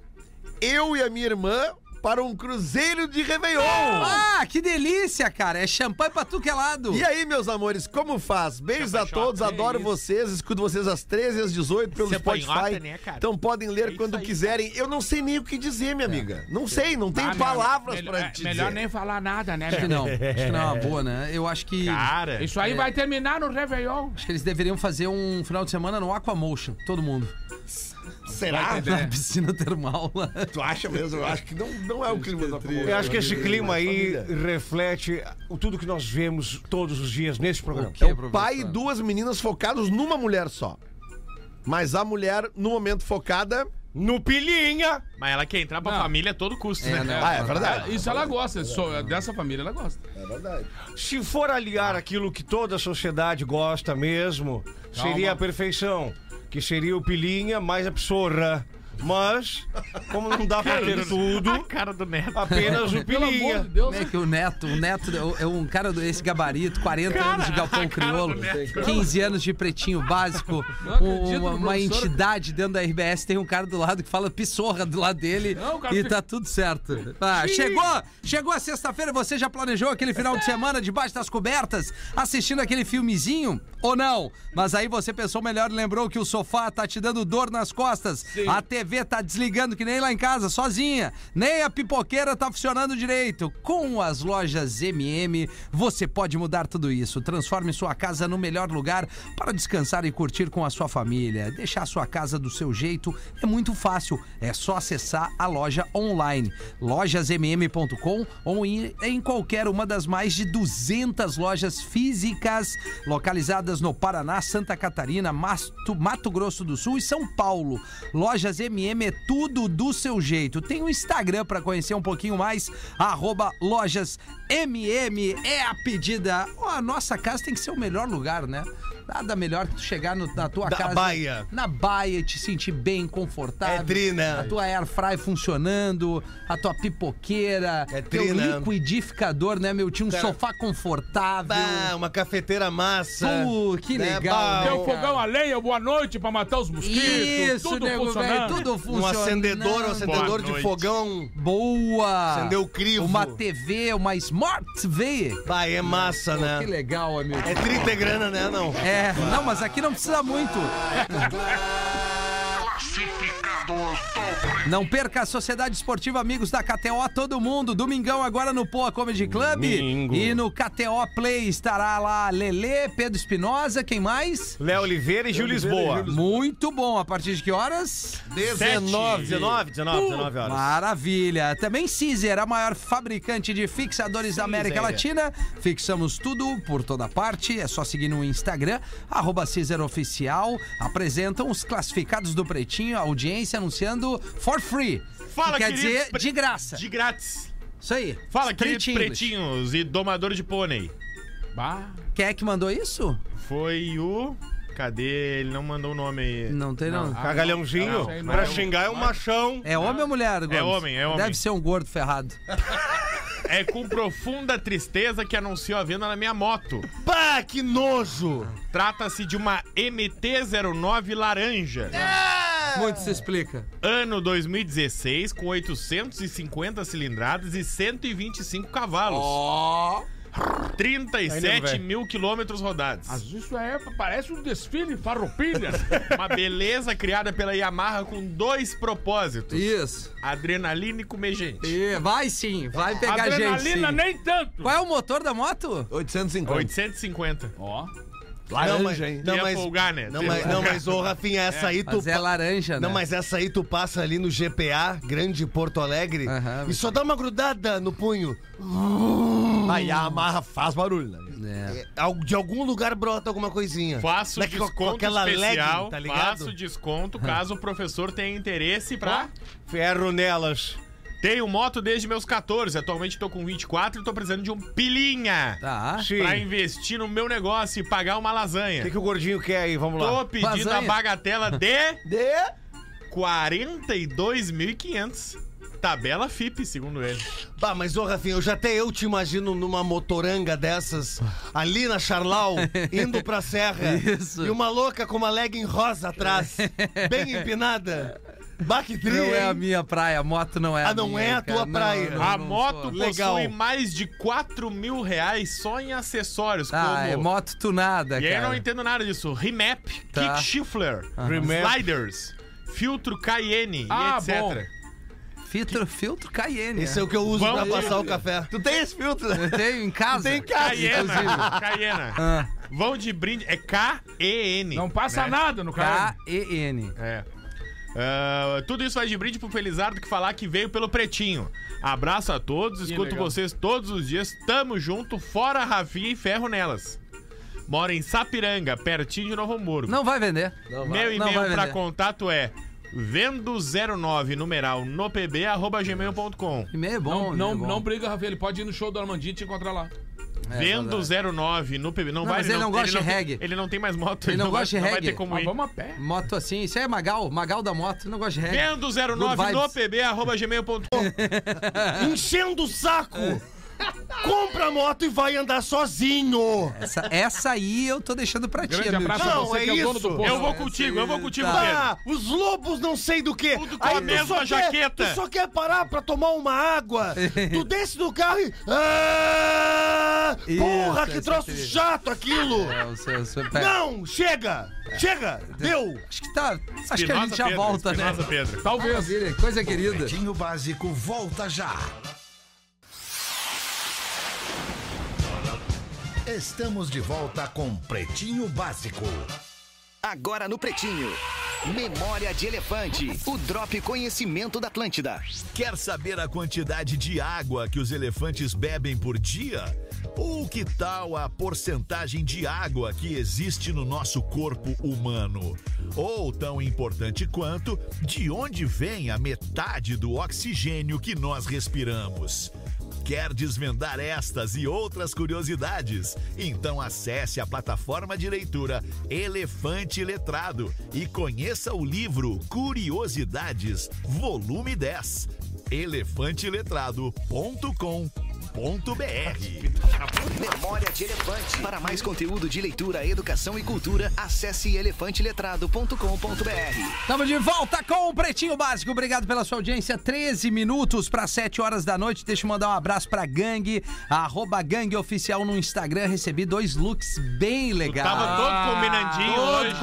Speaker 6: eu e a minha irmã, para um cruzeiro de Réveillon.
Speaker 1: Ah, que delícia, cara. É champanhe pra tu que é lado.
Speaker 6: E aí, meus amores, como faz? Beijos a todos, adoro vocês, escuto vocês às 13 às 18 pelo
Speaker 4: Você é
Speaker 6: Spotify.
Speaker 4: banhota, né, cara?
Speaker 6: então podem ler
Speaker 4: isso
Speaker 6: quando
Speaker 4: aí. É.
Speaker 6: quiserem. Eu não sei nem o que dizer, minha amiga. Não sei, não tenho
Speaker 5: Ah,
Speaker 6: palavras
Speaker 5: melhor-
Speaker 6: pra
Speaker 5: é,
Speaker 6: te
Speaker 5: Melhor
Speaker 6: dizer.
Speaker 5: nem falar nada, né,
Speaker 1: Acho que
Speaker 5: meu?
Speaker 1: não. Acho que não é uma boa, né? Eu acho que.
Speaker 4: Cara,
Speaker 5: Isso aí vai terminar no Réveillon.
Speaker 1: Acho que eles deveriam fazer um final de semana no Aquamotion, todo mundo.
Speaker 6: Será?
Speaker 4: É.
Speaker 1: Na piscina termal lá.
Speaker 6: Tu acha mesmo? Eu acho que não, não é o clima da
Speaker 7: Eu acho que esse clima aí reflete o- tudo que nós vemos todos os dias nesse programa.
Speaker 1: quê,
Speaker 6: É O pai e duas meninas focados numa mulher só. Mas a mulher, no momento focada.
Speaker 7: No Pilinha!
Speaker 4: mas ela quer entrar pra
Speaker 5: Não.
Speaker 4: família a todo custo,
Speaker 1: É,
Speaker 4: né?
Speaker 1: não.
Speaker 6: Ah, é verdade.
Speaker 5: Isso ela gosta, só- dessa família ela gosta.
Speaker 6: É verdade.
Speaker 7: Se for aliar aquilo que toda a sociedade gosta mesmo, seria a perfeição. Que seria o Pilinha mais a psorra. Mas, como não dá pra ter
Speaker 4: A
Speaker 7: tudo,
Speaker 4: cara do neto.
Speaker 7: apenas o
Speaker 5: Pelo amor de
Speaker 7: Pilinha.
Speaker 5: Deus.
Speaker 1: Como é que o neto, o neto é um cara desse gabarito, 40 anos de galpão crioulo, 15 anos de pretinho básico, um,
Speaker 5: Não acredito no
Speaker 1: uma, uma
Speaker 5: professor.
Speaker 1: entidade dentro da RBS, tem um cara do lado que fala pissorra do lado dele
Speaker 5: Não, o cara
Speaker 1: e
Speaker 5: fica-
Speaker 1: tá tudo certo. Ah, chegou, chegou a sexta-feira, você já planejou aquele final de semana debaixo das cobertas, assistindo aquele filmezinho ou não? Mas aí você pensou melhor e lembrou que o sofá tá te dando dor nas costas, a TV tá desligando que nem lá em casa, sozinha, nem a pipoqueira tá funcionando direito. Com as lojas MM, você pode mudar tudo isso. Transforme sua casa no melhor lugar para descansar e curtir com a sua família. Deixar sua casa do seu jeito é muito fácil. É só acessar a loja online, lojasmm.com ou ir em qualquer uma das mais de 200 lojas físicas localizadas no Paraná, Santa Catarina, Mato, Mato Grosso do Sul e São Paulo. Lojas MM é tudo do seu jeito. Tem o Instagram para conhecer um pouquinho mais, arroba lojas MM é a pedida. Ó, a nossa casa tem que ser o melhor lugar, né? Nada melhor que tu chegar no- na tua
Speaker 6: Da
Speaker 1: casa.
Speaker 6: baia.
Speaker 1: Na baia e te sentir bem, confortável.
Speaker 6: É tri, né?
Speaker 1: A tua air fry funcionando, a tua pipoqueira,
Speaker 6: É tri,
Speaker 1: teu
Speaker 6: né?
Speaker 1: liquidificador, né, meu? Tinha um sofá confortável.
Speaker 6: tá uma cafeteira massa.
Speaker 1: Pô, que
Speaker 6: Né,
Speaker 1: legal.
Speaker 6: bah,
Speaker 5: Tem
Speaker 1: né,
Speaker 5: o
Speaker 1: cara?
Speaker 5: fogão a lenha, boa noite pra matar os mosquitos.
Speaker 1: Isso,
Speaker 5: tudo
Speaker 1: nego,
Speaker 5: funcionando.
Speaker 1: velho, tudo
Speaker 6: Um
Speaker 1: funcionando.
Speaker 6: acendedor, um acendedor de
Speaker 4: noite.
Speaker 6: fogão.
Speaker 1: Boa.
Speaker 6: Acendeu o crivo.
Speaker 1: Uma TV, uma Smart TV.
Speaker 6: Bah, é massa,
Speaker 1: Que
Speaker 6: né?
Speaker 1: legal, amigo.
Speaker 6: É 30 grana, né? Não.
Speaker 1: É, não, mas aqui não precisa muito. Não perca a Sociedade Esportiva Amigos da KTO, todo mundo. Domingão agora no Poa Comedy Club.
Speaker 7: Domingo.
Speaker 1: E no KTO Play estará lá Lelê, Pedro Espinosa, quem mais?
Speaker 7: Léo Oliveira e Gil Lisboa.
Speaker 1: Muito bom. A partir de que horas?
Speaker 6: 19.
Speaker 7: 19, 19, 19 horas.
Speaker 1: Maravilha! Também Cizer, a maior fabricante de fixadores da América Latina. Fixamos tudo por toda parte. É só seguir no Instagram, arroba Cizer Oficial. Apresentam os classificados do Pretinho, a audiência anunciando for free.
Speaker 4: Fala,
Speaker 1: que quer
Speaker 4: queridos
Speaker 1: dizer
Speaker 4: pre-
Speaker 1: de graça.
Speaker 4: De grátis.
Speaker 1: Isso aí.
Speaker 4: Fala,
Speaker 1: Street
Speaker 4: queridos
Speaker 1: English.
Speaker 4: pretinhos e domador de pônei.
Speaker 5: Bah.
Speaker 1: Quem é que mandou isso?
Speaker 4: Foi o... Cadê? Ele não mandou o nome aí.
Speaker 1: Não tem não.
Speaker 7: Cagalhãozinho,
Speaker 5: Não, sei não.
Speaker 7: pra xingar é um machão.
Speaker 1: É homem ou mulher, Gomes?
Speaker 4: homem, é homem.
Speaker 1: Deve ser um gordo ferrado.
Speaker 4: É com profunda tristeza que anunciou a venda na minha moto.
Speaker 6: Pá, que nojo!
Speaker 4: Trata-se de uma MT-09 laranja. É.
Speaker 1: Muito se explica.
Speaker 4: Ano 2016, com 850 cilindradas e 125 cavalos. 37 mil quilômetros rodados.
Speaker 5: Mas isso é, parece um desfile farroupilha.
Speaker 4: Uma beleza criada pela Yamaha com dois propósitos:
Speaker 1: Isso.
Speaker 4: adrenalina e comer gente.
Speaker 1: E vai sim, vai pegar gente.
Speaker 5: Adrenalina
Speaker 1: sim.
Speaker 4: né?
Speaker 5: nem tanto.
Speaker 1: Qual é o motor da moto?
Speaker 6: 850.
Speaker 4: 850.
Speaker 5: Ó,
Speaker 6: Não, mas, Então. não,
Speaker 4: Ia
Speaker 6: mas,
Speaker 4: folgar, né?
Speaker 6: não, mas, não, mas, ô, Rafinha, essa aí tu.
Speaker 1: Mas é
Speaker 6: pa-
Speaker 1: laranja, né?
Speaker 6: Não, mas essa aí tu passa ali no GPA, Grande Porto Alegre,
Speaker 1: Aham,
Speaker 6: e só dá uma grudada no punho. Aí a amarra faz barulho, né?
Speaker 1: É.
Speaker 7: É, Al- De algum lugar brota alguma coisinha.
Speaker 4: Faço
Speaker 7: Daqui com- com
Speaker 4: desconto
Speaker 7: é aquela
Speaker 4: especial.
Speaker 7: legging, tá ligado?
Speaker 4: faço desconto caso o professor tenha interesse pra.
Speaker 7: Ferro nelas.
Speaker 4: Tenho moto desde meus 14. Atualmente tô com 24 e tô precisando de um pilinha
Speaker 1: Tá.
Speaker 7: Sim.
Speaker 4: pra investir no meu negócio e pagar uma
Speaker 7: O
Speaker 4: lasanha.
Speaker 7: que, que o gordinho quer aí? Vamos lá.
Speaker 4: Tô pedindo
Speaker 1: Lasanha.
Speaker 4: a bagatela de
Speaker 6: De...
Speaker 4: 42.500. Tabela FIP, segundo ele.
Speaker 7: Bah, mas ô Rafinha, eu já até eu te imagino numa motoranga dessas, ali na Charlau, indo pra serra.
Speaker 1: Isso.
Speaker 7: E uma louca com uma legging rosa atrás, bem empinada. Bah, que trilha,
Speaker 1: Não é a
Speaker 7: hein?
Speaker 1: minha praia, a moto não é a
Speaker 7: Ah, não
Speaker 1: minha,
Speaker 7: é a
Speaker 1: cara.
Speaker 7: tua
Speaker 1: Não,
Speaker 7: praia.
Speaker 1: não,
Speaker 4: A
Speaker 1: não
Speaker 4: moto
Speaker 1: sou.
Speaker 4: possui
Speaker 7: um Legal.
Speaker 4: mais de 4 mil reais só em acessórios,
Speaker 7: Tá,
Speaker 4: como...
Speaker 1: Ah, é moto tunada,
Speaker 4: E aí
Speaker 1: cara.
Speaker 4: eu não entendo nada disso. Remap,
Speaker 1: Tá.
Speaker 4: kick shifler,
Speaker 7: Remap.
Speaker 4: sliders, filtro Cayenne
Speaker 5: Ah,
Speaker 4: e etc.
Speaker 5: bom.
Speaker 1: Filtro, filtro Cayenne.
Speaker 7: Esse é o que eu uso
Speaker 4: Vamos-
Speaker 7: pra passar o café.
Speaker 6: Tu tem esse filtro, né?
Speaker 1: Eu tenho em casa. Tem
Speaker 4: Cayenne, Cayenne.
Speaker 1: Ah.
Speaker 4: Vão de brinde, é K-E-N.
Speaker 5: Não passa
Speaker 4: né?
Speaker 5: nada
Speaker 1: Tá
Speaker 5: no cara.
Speaker 1: K-E-N.
Speaker 4: É. Ah, tudo isso faz de brinde pro Felizardo que falar que veio pelo Pretinho. Abraço a todos, escuto
Speaker 5: legal.
Speaker 4: vocês todos os dias. Tamo junto, fora Rafinha e ferro nelas. Moro em Sapiranga, pertinho de Novo Hamburgo.
Speaker 1: Não vai vender. Não vai-
Speaker 4: Meu
Speaker 1: não vai
Speaker 4: e-mail para
Speaker 1: vender.
Speaker 4: contato é vendo09 numeral no pb arroba gmail.com.
Speaker 1: E-mail é bom.
Speaker 5: Não,
Speaker 1: e-mail
Speaker 5: não,
Speaker 1: é bom. É,
Speaker 5: não briga, Rafinha. Ele pode ir no show do Armandinho e te encontrar lá.
Speaker 4: Vendo09 no pb. Não,
Speaker 1: Não,
Speaker 4: vai
Speaker 1: mas ele não gosta de reggae.
Speaker 4: Ele não tem mais moto.
Speaker 1: Ele não gosta de
Speaker 4: vai, Não vai
Speaker 1: reggae. Ah,
Speaker 4: ter como
Speaker 5: Mas
Speaker 4: ir.
Speaker 5: vamos a pé.
Speaker 1: Moto assim, isso aí é Magal, Magal da moto, não gosto de regra. Good
Speaker 4: Vendo09 no
Speaker 1: vibes.
Speaker 4: pb arroba gmail.com.
Speaker 7: é. Enchendo o saco! Compra a moto e vai andar sozinho!
Speaker 1: Essa, essa aí eu tô deixando pra ti,
Speaker 5: Grande
Speaker 1: amigo.
Speaker 5: abraço a
Speaker 7: Não,
Speaker 5: você
Speaker 7: é
Speaker 5: que é o dono
Speaker 7: isso.
Speaker 5: do
Speaker 4: Eu
Speaker 5: bolso.
Speaker 4: vou contigo, eu vou contigo,
Speaker 1: Tá.
Speaker 4: Pedro.
Speaker 7: Ah, os lobos não sei do que.
Speaker 4: Tudo com a mesma jaqueta.
Speaker 7: Quer, tu só quer parar pra tomar uma água. tu desce do carro e. Ah,
Speaker 1: Isso,
Speaker 7: porra, que
Speaker 4: é
Speaker 1: essa
Speaker 7: troço
Speaker 1: trilha.
Speaker 7: chato aquilo!
Speaker 1: É, o seu- o seu- pera.
Speaker 7: Não, chega! Chega!
Speaker 4: É.
Speaker 7: Deu!
Speaker 4: um
Speaker 1: Acho que tá. Acho que a gente
Speaker 4: Espinosa
Speaker 1: já
Speaker 4: Pedro,
Speaker 1: volta, né?
Speaker 4: Espinosa Pedro. Tá
Speaker 5: Talvez.
Speaker 1: Maravilha, coisa querida.
Speaker 2: Pretinho Básico volta já. Estamos de volta com Pretinho Básico.
Speaker 8: Agora no Pretinho. Memória de Elefante. O Drop Conhecimento da Atlântida.
Speaker 2: Quer saber a quantidade de água que os elefantes bebem por dia? Ou que tal a porcentagem de água que existe no nosso corpo humano? Ou, tão importante quanto, de onde vem a metade do oxigênio que nós respiramos? Quer desvendar estas e outras curiosidades? Então acesse a plataforma de leitura Elefante Letrado e conheça o livro Curiosidades, volume 10. elefanteletrado.com.br
Speaker 8: Memória de Elefante. Para mais conteúdo de leitura, educação e cultura, acesse elefanteletrado.com.br.
Speaker 1: Estamos de volta com o Pretinho Básico. Obrigado pela sua audiência. 13 minutos para 7 horas da noite. Deixa eu mandar um abraço pra Gangue, arroba Gangue Oficial no Instagram. Recebi dois looks bem legais.
Speaker 4: Tava todo É, combinandinho
Speaker 1: Ah, Todo
Speaker 4: hoje.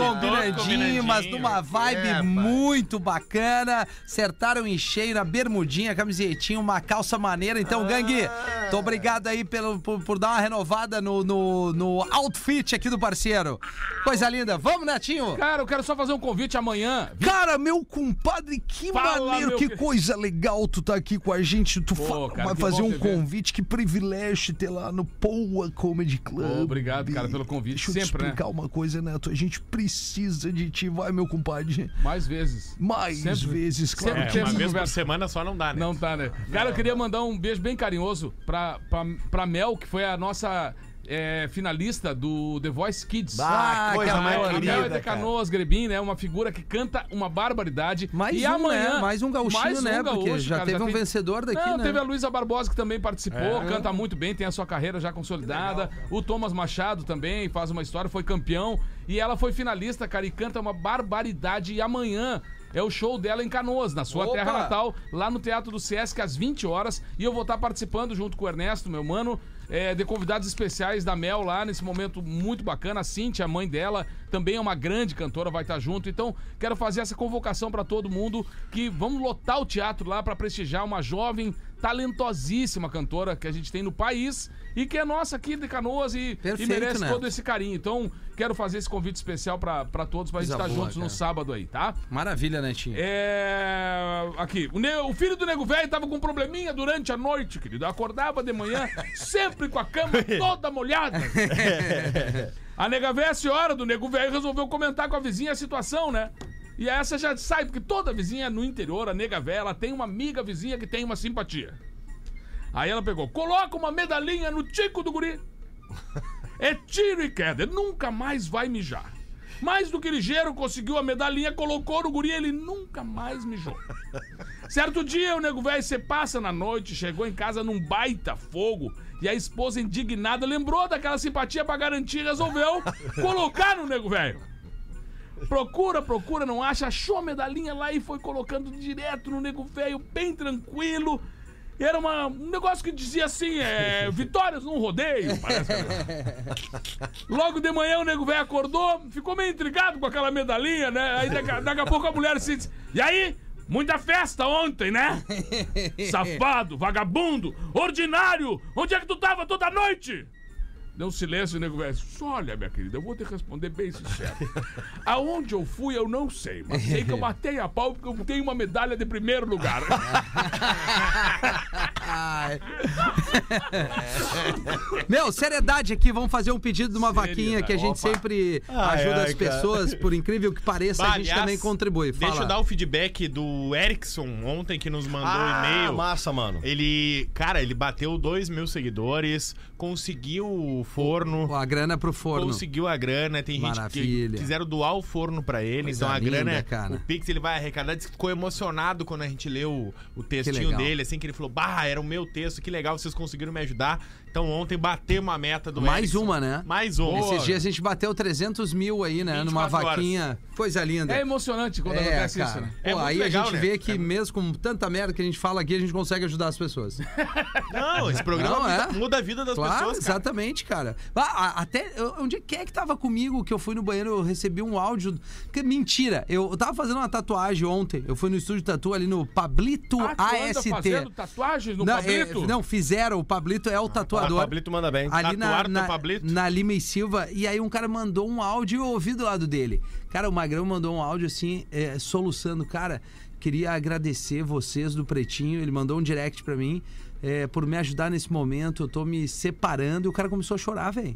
Speaker 1: combinandinho, mas numa vibe muito bacana. Acertaram em cheio na bermudinha, camisetinha, uma calça maneira. Então, gangue, tô obrigado aí pelo, por, por dar uma renovada no, no, no outfit aqui do parceiro. Coisa linda. Vamos, Netinho?
Speaker 5: Cara, eu quero só fazer um convite amanhã.
Speaker 1: Cara, meu compadre, que
Speaker 5: Fala,
Speaker 1: maneiro,
Speaker 5: meu
Speaker 1: que
Speaker 5: querido.
Speaker 1: coisa legal tu tá aqui com a gente. Tu
Speaker 5: Pô,
Speaker 1: fa-
Speaker 5: cara,
Speaker 1: vai
Speaker 5: que
Speaker 1: fazer
Speaker 5: bom
Speaker 1: um
Speaker 5: te ver.
Speaker 1: convite, que privilégio ter lá no Poa Comedy Club.
Speaker 5: Ô, obrigado, cara, pelo convite,
Speaker 1: Deixa eu te
Speaker 5: sempre, né?
Speaker 1: explicar uma coisa, Neto. A gente precisa de ti, vai, meu compadre.
Speaker 5: Mais vezes.
Speaker 1: Mais
Speaker 5: Sempre.
Speaker 1: vezes, claro.
Speaker 5: Sempre
Speaker 4: É,
Speaker 5: tem
Speaker 4: uma
Speaker 5: essa
Speaker 4: vez por
Speaker 5: conversa.
Speaker 4: semana só não dá, né?
Speaker 5: Não tá, né? Cara, eu queria mandar um beijo bem carinhoso pra, pra, pra Mel, que foi a nossa é, finalista do The Voice Kids.
Speaker 1: Ah,
Speaker 6: coisa
Speaker 1: cara,
Speaker 5: a Mel,
Speaker 6: mais
Speaker 5: a
Speaker 6: querida,
Speaker 5: Mel é de
Speaker 6: cara.
Speaker 5: Canoas Grebin, né? Uma figura que canta uma barbaridade.
Speaker 1: Mais
Speaker 5: e
Speaker 1: um,
Speaker 5: amanhã,
Speaker 1: né? Mais um gauchinho,
Speaker 5: mais um
Speaker 1: né? Porque já
Speaker 5: cara,
Speaker 1: teve um
Speaker 5: tem-
Speaker 1: vencedor daqui,
Speaker 5: Não,
Speaker 1: né?
Speaker 5: teve a Luísa Barbosa que também participou, canta muito bem, tem a sua carreira já consolidada. O Thomas Machado também faz uma história, foi campeão. E ela foi finalista, cara, e canta uma barbaridade. E amanhã é o show dela em Canoas, na sua
Speaker 1: Opa!
Speaker 5: terra natal, lá no Teatro do Sesc, às 20 horas. E eu vou estar participando junto com o Ernesto, meu mano. é, de convidados especiais da Mel lá, nesse momento muito bacana. A Cintia, a mãe dela, também é uma grande cantora, vai estar junto. Então, quero fazer essa convocação para todo mundo que vamos lotar o teatro lá para prestigiar uma jovem talentosíssima cantora que a gente tem no país e que é nossa aqui de Canoas e, e
Speaker 1: Perfeito, né?
Speaker 5: merece
Speaker 1: Neto.
Speaker 5: todo esse carinho. Então, quero fazer esse convite especial pra pra todos, pra gente
Speaker 1: Coisa
Speaker 5: estar
Speaker 1: boa,
Speaker 5: juntos no
Speaker 1: cara.
Speaker 5: sábado aí, tá?
Speaker 1: Maravilha, Netinho.
Speaker 5: É. Aqui. O, ne- o filho do nego velho tava com um probleminha durante a noite, querido. Acordava de manhã, sempre com a cama toda molhada. a nega velha, a senhora do nego velho, resolveu comentar com a vizinha a situação, né? E essa já sai, porque toda vizinha no interior, a nega velha, ela tem uma amiga vizinha que tem uma simpatia. Aí ela pegou, coloca uma medalhinha no tico do guri. É tiro e queda, ele nunca mais vai mijar. Mais do que ligeiro, conseguiu a medalhinha, colocou no guri, ele nunca mais mijou. Certo dia, o nego velho se passa na noite, chegou em casa num baita fogo, e a esposa indignada lembrou daquela simpatia pra garantir, resolveu colocar no nego velho. Procura, procura, não acha, achou a medalhinha lá e foi colocando direto no nego velho, bem tranquilo. Era uma- um negócio que dizia assim, é, vitórias num rodeio, parece. que era. Logo de manhã o nego velho acordou, ficou meio intrigado com aquela medalhinha, né? Aí daqui, daqui a pouco a mulher se disse, e aí? Muita festa ontem, né? Safado, vagabundo, ordinário! Onde é que tu tava toda noite? Deu um silêncio e o nego velho disse, olha, minha querida, eu vou te responder bem sincero. Aonde eu fui, eu não sei, mas sei que eu matei a pau porque eu tenho uma medalha de primeiro lugar.
Speaker 1: Ai. Meu, seriedade aqui, vamos fazer um pedido de uma vaquinha
Speaker 5: Seriedade.
Speaker 1: que a gente
Speaker 5: Opa.
Speaker 1: sempre
Speaker 7: Ai,
Speaker 1: ajuda
Speaker 7: ai,
Speaker 1: as pessoas, por incrível que pareça,
Speaker 4: Bah,
Speaker 1: a gente
Speaker 4: aliás,
Speaker 1: também contribui. Fala.
Speaker 4: Deixa eu dar um o feedback do Erickson ontem que nos mandou
Speaker 7: Ah,
Speaker 4: um e-mail.
Speaker 7: massa, mano.
Speaker 4: Ele, cara, ele bateu 2 mil seguidores, conseguiu o forno.
Speaker 1: Ó, A grana é pro forno.
Speaker 4: Conseguiu a grana, tem gente
Speaker 1: Maravilha.
Speaker 4: que quiseram doar o forno pra ele,
Speaker 1: Coisa
Speaker 4: então a
Speaker 1: linda,
Speaker 4: grana,
Speaker 1: cara.
Speaker 4: o Pix ele vai arrecadar. Diz que ficou emocionado quando a gente leu o textinho
Speaker 1: legal.
Speaker 4: dele, assim, que ele falou: Bah, era o meu texto, que legal, vocês conseguiram me ajudar. Então ontem bateu uma meta do
Speaker 1: Mais
Speaker 4: Erickson.
Speaker 1: uma, né?
Speaker 4: Mais uma.
Speaker 1: Esses dias a gente bateu 300 mil aí, né? Numa
Speaker 4: 24 horas.
Speaker 1: vaquinha. Coisa linda.
Speaker 5: É emocionante quando
Speaker 1: É,
Speaker 5: acontece isso,
Speaker 1: cara.
Speaker 5: né?
Speaker 4: É
Speaker 1: Pô,
Speaker 4: muito
Speaker 1: aí
Speaker 4: legal,
Speaker 1: a gente
Speaker 4: né?
Speaker 1: vê que
Speaker 4: É
Speaker 1: mesmo com tanta merda que a gente fala aqui, a gente consegue ajudar as pessoas.
Speaker 4: Não, esse programa
Speaker 1: Não, é?
Speaker 4: muda, muda a vida das
Speaker 1: claro,
Speaker 4: pessoas. Cara.
Speaker 1: exatamente, cara. Ah, a- até eu- onde quer que tava comigo que eu fui no banheiro, eu recebi um áudio. Que, mentira, eu tava fazendo uma tatuagem ontem. Eu fui no estúdio de tatu ali no Pablito
Speaker 5: Ah, tu anda
Speaker 1: AST.
Speaker 5: fazendo tatuagens no
Speaker 1: não,
Speaker 5: Pablito?
Speaker 1: é, não, fizeram. O Pablito é o tatuador.
Speaker 7: Ah, Pablito manda bem.
Speaker 1: Ali na,
Speaker 4: Tatuaram teu
Speaker 1: na,
Speaker 4: Pablito?
Speaker 1: na Lima e Silva, e aí um cara mandou um áudio e eu ouvi do lado dele. Cara, o Magrão mandou um áudio assim, é, soluçando. Cara, queria agradecer vocês do Pretinho. Ele mandou um direct pra mim é, por me ajudar nesse momento. Eu tô me separando. E o cara começou a chorar, velho.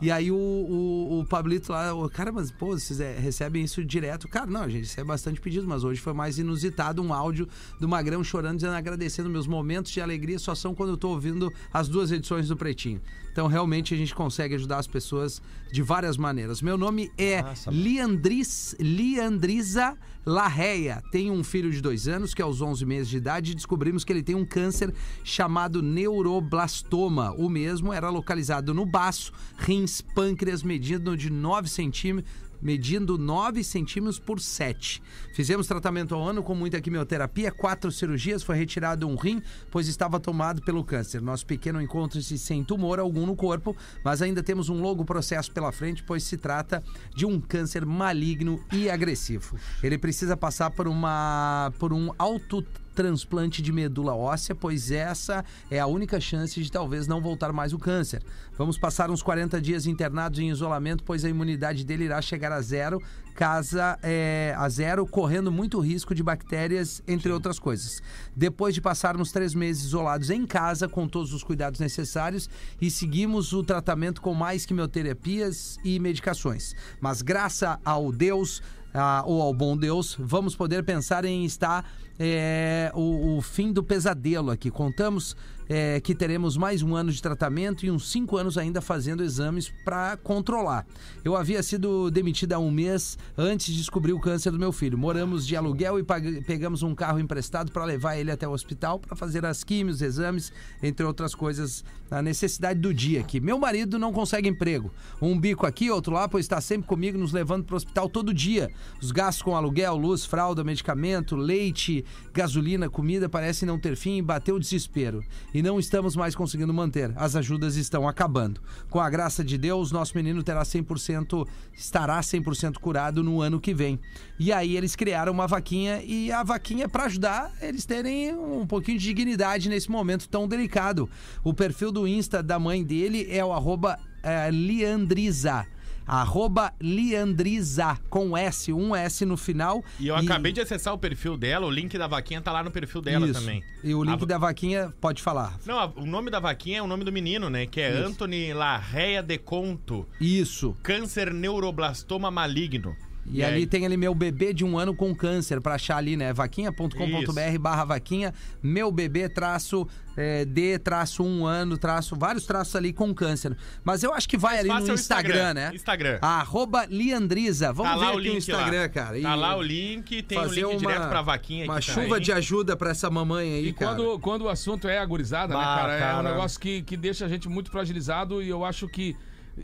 Speaker 1: E aí o, o, o Pablito lá, o, cara, mas pô, vocês é, recebem isso direto. Cara, não, a gente recebe bastante pedido, mas hoje foi mais inusitado um áudio do Magrão chorando, dizendo agradecendo meus momentos de alegria só são quando eu tô ouvindo as duas edições do Pretinho. Então, realmente, a gente consegue ajudar as pessoas de várias maneiras. Meu nome é Liandris, Liandriza Larreia. Tenho um filho de dois anos, que aos 11 meses de idade, descobrimos que ele tem um câncer chamado neuroblastoma. O mesmo era localizado no baço, rins, pâncreas, medindo de 9 centímetros medindo 9 centímetros por 7. Fizemos tratamento ao ano com muita quimioterapia, quatro cirurgias, foi retirado um rim, pois estava tomado pelo câncer. Nosso pequeno encontra-se sem tumor algum no corpo, mas ainda temos um longo processo pela frente, pois se trata de um câncer maligno e agressivo. Ele precisa passar por uma por um auto transplante de medula óssea, pois essa é a única chance de talvez não voltar mais o câncer. Vamos passar uns 40 dias internados em isolamento, pois a imunidade dele irá chegar a zero, casa é, a zero, correndo muito risco de bactérias, entre outras coisas. Depois de passarmos três meses isolados em casa, com todos os cuidados necessários, e seguimos o tratamento com mais quimioterapias e medicações. Mas graças ao Deus ah, ou ao bom Deus, vamos poder pensar em estar é, o, o fim do pesadelo aqui. Contamos é, que teremos mais um ano de tratamento e uns cinco anos ainda fazendo exames para controlar. Eu havia sido demitida há um mês antes de descobrir o câncer do meu filho. Moramos de aluguel e pag- pegamos um carro emprestado para levar ele até o hospital para fazer as químios, exames, entre outras coisas, a necessidade do dia aqui. Meu marido não consegue emprego. Um bico aqui, outro lá, pois está sempre comigo, nos levando para o hospital todo dia. Os gastos com aluguel, luz, fralda, medicamento, leite, Gasolina, comida parecem não ter fim e bateu o desespero. E não estamos mais conseguindo manter. As ajudas estão acabando. Com a graça de Deus, nosso menino terá 100%, estará 100% curado no ano que vem. E aí eles criaram uma vaquinha e a vaquinha para ajudar eles terem um pouquinho de dignidade nesse momento tão delicado. O perfil do Insta da mãe dele é o arroba eh, Liandriza. Arroba Liandriza, com S, um S no final.
Speaker 4: E eu acabei de acessar o perfil dela, o link da vaquinha tá lá no perfil dela
Speaker 1: Isso.
Speaker 4: também.
Speaker 1: E o
Speaker 4: A
Speaker 1: link
Speaker 4: va-
Speaker 1: da vaquinha, pode falar.
Speaker 4: Não, a- o nome da vaquinha é o nome do menino, né? Que é Anthony Larrea de Conto,
Speaker 1: Isso.
Speaker 4: câncer neuroblastoma maligno.
Speaker 1: E,
Speaker 4: aí-
Speaker 1: ali tem ali meu bebê de um ano com câncer, pra achar ali, né? Vaquinha.com.br
Speaker 4: Isso.
Speaker 1: barra vaquinha, meu bebê traço é, de traço um ano, traço, vários traços ali com câncer. Mas eu acho que vai ali no
Speaker 4: fácil é
Speaker 1: Instagram,
Speaker 4: o Instagram,
Speaker 1: né?
Speaker 4: Instagram.
Speaker 1: Arroba Liandriza. Vamos
Speaker 4: tá
Speaker 1: ver
Speaker 4: lá
Speaker 1: um
Speaker 4: o
Speaker 1: aqui
Speaker 4: link
Speaker 1: no Instagram,
Speaker 4: lá.
Speaker 1: cara. e
Speaker 4: Tá lá o link, tem o
Speaker 1: fazer
Speaker 4: link
Speaker 1: uma,
Speaker 4: direto pra vaquinha
Speaker 1: Uma
Speaker 4: aqui
Speaker 1: chuva
Speaker 4: também.
Speaker 1: de ajuda pra essa mamãe aí,
Speaker 5: E
Speaker 1: cara.
Speaker 5: quando, quando o assunto é agorizada, né,
Speaker 7: Bah,
Speaker 5: cara, É um
Speaker 7: cara.
Speaker 5: negócio que, que deixa a gente muito fragilizado e eu acho que.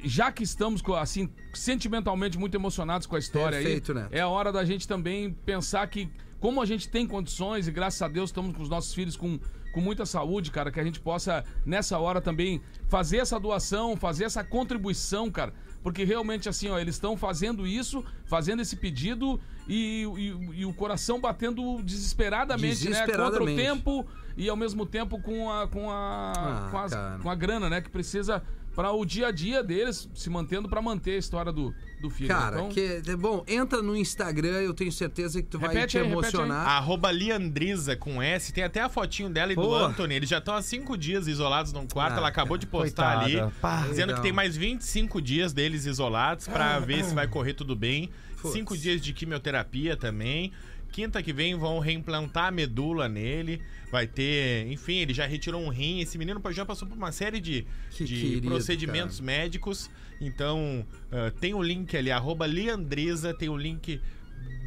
Speaker 5: Já que estamos, com, assim, sentimentalmente muito emocionados com a história
Speaker 1: Perfeito,
Speaker 5: aí,
Speaker 1: Neto.
Speaker 5: é a hora da gente também pensar que, como a gente tem condições, e graças a Deus estamos com os nossos filhos com, com muita saúde, cara, que a gente possa, nessa hora também, fazer essa doação, fazer essa contribuição, cara. Porque realmente, assim, ó, eles estão fazendo isso, fazendo esse pedido e, e- e o coração batendo desesperadamente, né? Contra o
Speaker 1: Desesperadamente.
Speaker 5: tempo tempo e ao mesmo tempo com a com a
Speaker 1: Ah,
Speaker 5: com, as-
Speaker 1: cara.
Speaker 5: com a grana, né, que precisa para o dia a dia deles se mantendo para manter a história do do filho.
Speaker 1: Cara,
Speaker 5: então,
Speaker 1: que, é bom, entra no Instagram, eu tenho certeza que tu vai
Speaker 5: Repete
Speaker 1: te
Speaker 5: aí, repete aí.
Speaker 1: emocionar.
Speaker 4: Arroba Liandriza com S, tem até a fotinho dela e do
Speaker 1: Pô.
Speaker 4: Anthony. Eles já estão há cinco dias isolados num quarto.
Speaker 1: Ah,
Speaker 4: ela acabou de postar
Speaker 7: coitada.
Speaker 4: ali,
Speaker 7: Pá.
Speaker 4: dizendo
Speaker 1: Legal.
Speaker 4: que tem mais 25 dias deles isolados pra ver se vai correr tudo bem.
Speaker 1: Ah. Putz.
Speaker 4: Cinco dias de quimioterapia também. Quinta que vem vão reimplantar a medula nele. Vai ter, enfim, ele já retirou um rim. Esse menino já passou por uma série de,
Speaker 1: Que
Speaker 4: de
Speaker 1: querido,
Speaker 4: procedimentos médicos. Então, ah, tem o link ali, arroba Leandreza, tem o link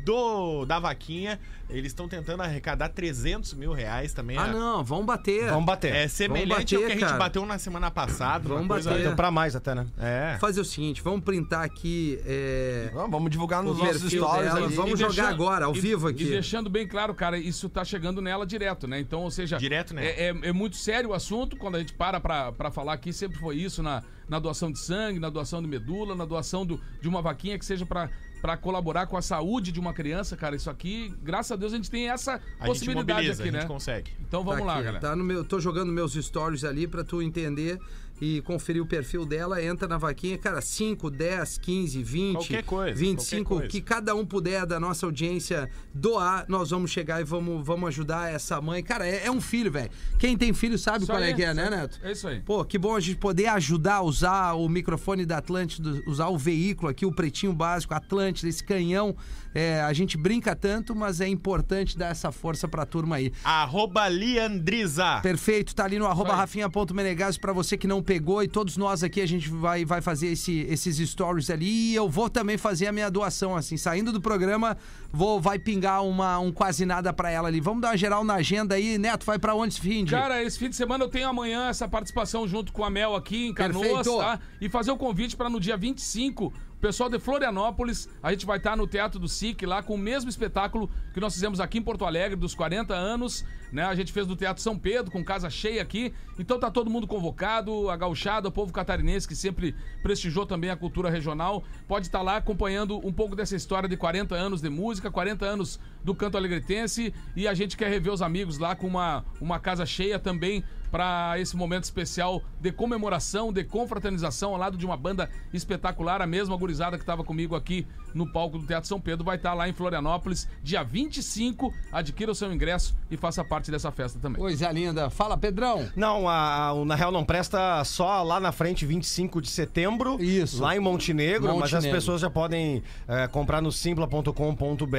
Speaker 4: do da vaquinha. Eles estão tentando arrecadar 300 mil reais também.
Speaker 1: Ah,
Speaker 4: É-
Speaker 1: não, vamos bater.
Speaker 7: Vamos bater.
Speaker 4: É semelhante
Speaker 1: bater,
Speaker 4: ao que a gente
Speaker 1: cara.
Speaker 4: bateu na semana passada. uma
Speaker 1: Vamos
Speaker 4: coisa-
Speaker 1: bater.
Speaker 7: Então, pra mais até, né?
Speaker 4: É.
Speaker 1: Fazer o seguinte, vamos printar aqui. é,
Speaker 6: Vamos, vamos divulgar
Speaker 1: O
Speaker 6: nos nossos
Speaker 1: perfil
Speaker 6: stories
Speaker 1: dela,
Speaker 6: ali.
Speaker 1: vamos- jogar agora, ao
Speaker 5: e-
Speaker 1: vivo aqui.
Speaker 5: E deixando bem claro, cara, isso tá chegando nela direto, né? Então, ou seja.
Speaker 4: Direto nela.
Speaker 5: É, é- é muito sério o assunto. Quando a gente para pra, pra falar aqui, sempre foi isso na, na doação de sangue, na doação de medula, na doação do- de uma vaquinha que seja pra. Pra colaborar com a saúde de uma criança, cara, isso aqui, graças a Deus, a gente tem essa
Speaker 4: A gente
Speaker 5: possibilidade
Speaker 4: mobiliza,
Speaker 5: aqui,
Speaker 4: a
Speaker 5: né?
Speaker 4: gente consegue.
Speaker 5: Então vamos
Speaker 1: tá
Speaker 5: lá,
Speaker 1: aqui,
Speaker 5: galera.
Speaker 1: Tá no meu, tô jogando meus stories ali pra tu entender e conferir o perfil dela. Entra na vaquinha, cara, 5, 10, 15, 20,
Speaker 4: Qualquer coisa,
Speaker 1: 25,
Speaker 4: qualquer coisa.
Speaker 1: que cada um puder da nossa audiência doar, nós vamos chegar e vamos, vamos ajudar essa mãe. Cara, é, é um filho, velho. Quem tem filho sabe
Speaker 5: Isso
Speaker 1: qual
Speaker 5: aí,
Speaker 1: é que é,
Speaker 5: isso
Speaker 1: né,
Speaker 5: aí.
Speaker 1: Neto?
Speaker 5: É isso aí.
Speaker 1: Pô, que bom a gente poder ajudar a usar o microfone da Atlântida, usar o veículo aqui, o pretinho básico, Atlântida, esse canhão. É, a gente brinca tanto, mas é importante dar essa força pra turma aí.
Speaker 4: Arroba Liandriza.
Speaker 1: Perfeito, tá ali no arroba
Speaker 5: aí.
Speaker 1: rafinha.menegas pra você que não pegou e todos nós aqui a gente vai, vai fazer esse- esses stories ali e eu vou também fazer a minha doação, assim, saindo do programa, vou, vai pingar uma, um quase nada pra ela ali. Vamos dar uma geral na agenda aí, Neto, vai pra onde esse fim de?
Speaker 5: Cara, esse fim de semana eu tenho amanhã essa participação junto com a Mel aqui em Canoas,
Speaker 1: Perfeito.
Speaker 5: tá? E fazer o convite para no dia 25, o pessoal de Florianópolis, a gente vai estar no Teatro do SIC lá com o mesmo espetáculo que nós fizemos aqui em Porto Alegre dos 40 anos, né? A gente fez no Teatro São Pedro, com casa cheia aqui. Então tá todo mundo convocado, a gauchada, o povo catarinense que sempre prestigiou também a cultura regional, pode estar lá acompanhando um pouco dessa história de 40 anos de música, 40 anos do canto alegretense e a gente quer rever os amigos lá com uma, uma casa cheia também para esse momento especial de comemoração, de confraternização ao lado de uma banda espetacular, a mesma gurizada que estava comigo aqui no palco do Teatro São Pedro vai estar lá em Florianópolis dia 25, adquira o seu ingresso e faça parte dessa festa também.
Speaker 1: Coisa é, linda. Fala, Pedrão.
Speaker 7: Não, a, a- o na real não presta só lá na frente, 25 de setembro.
Speaker 1: Isso.
Speaker 7: Lá em Montenegro, mas as
Speaker 1: Montenegro.
Speaker 7: pessoas já podem eh, comprar no simpla.com.br.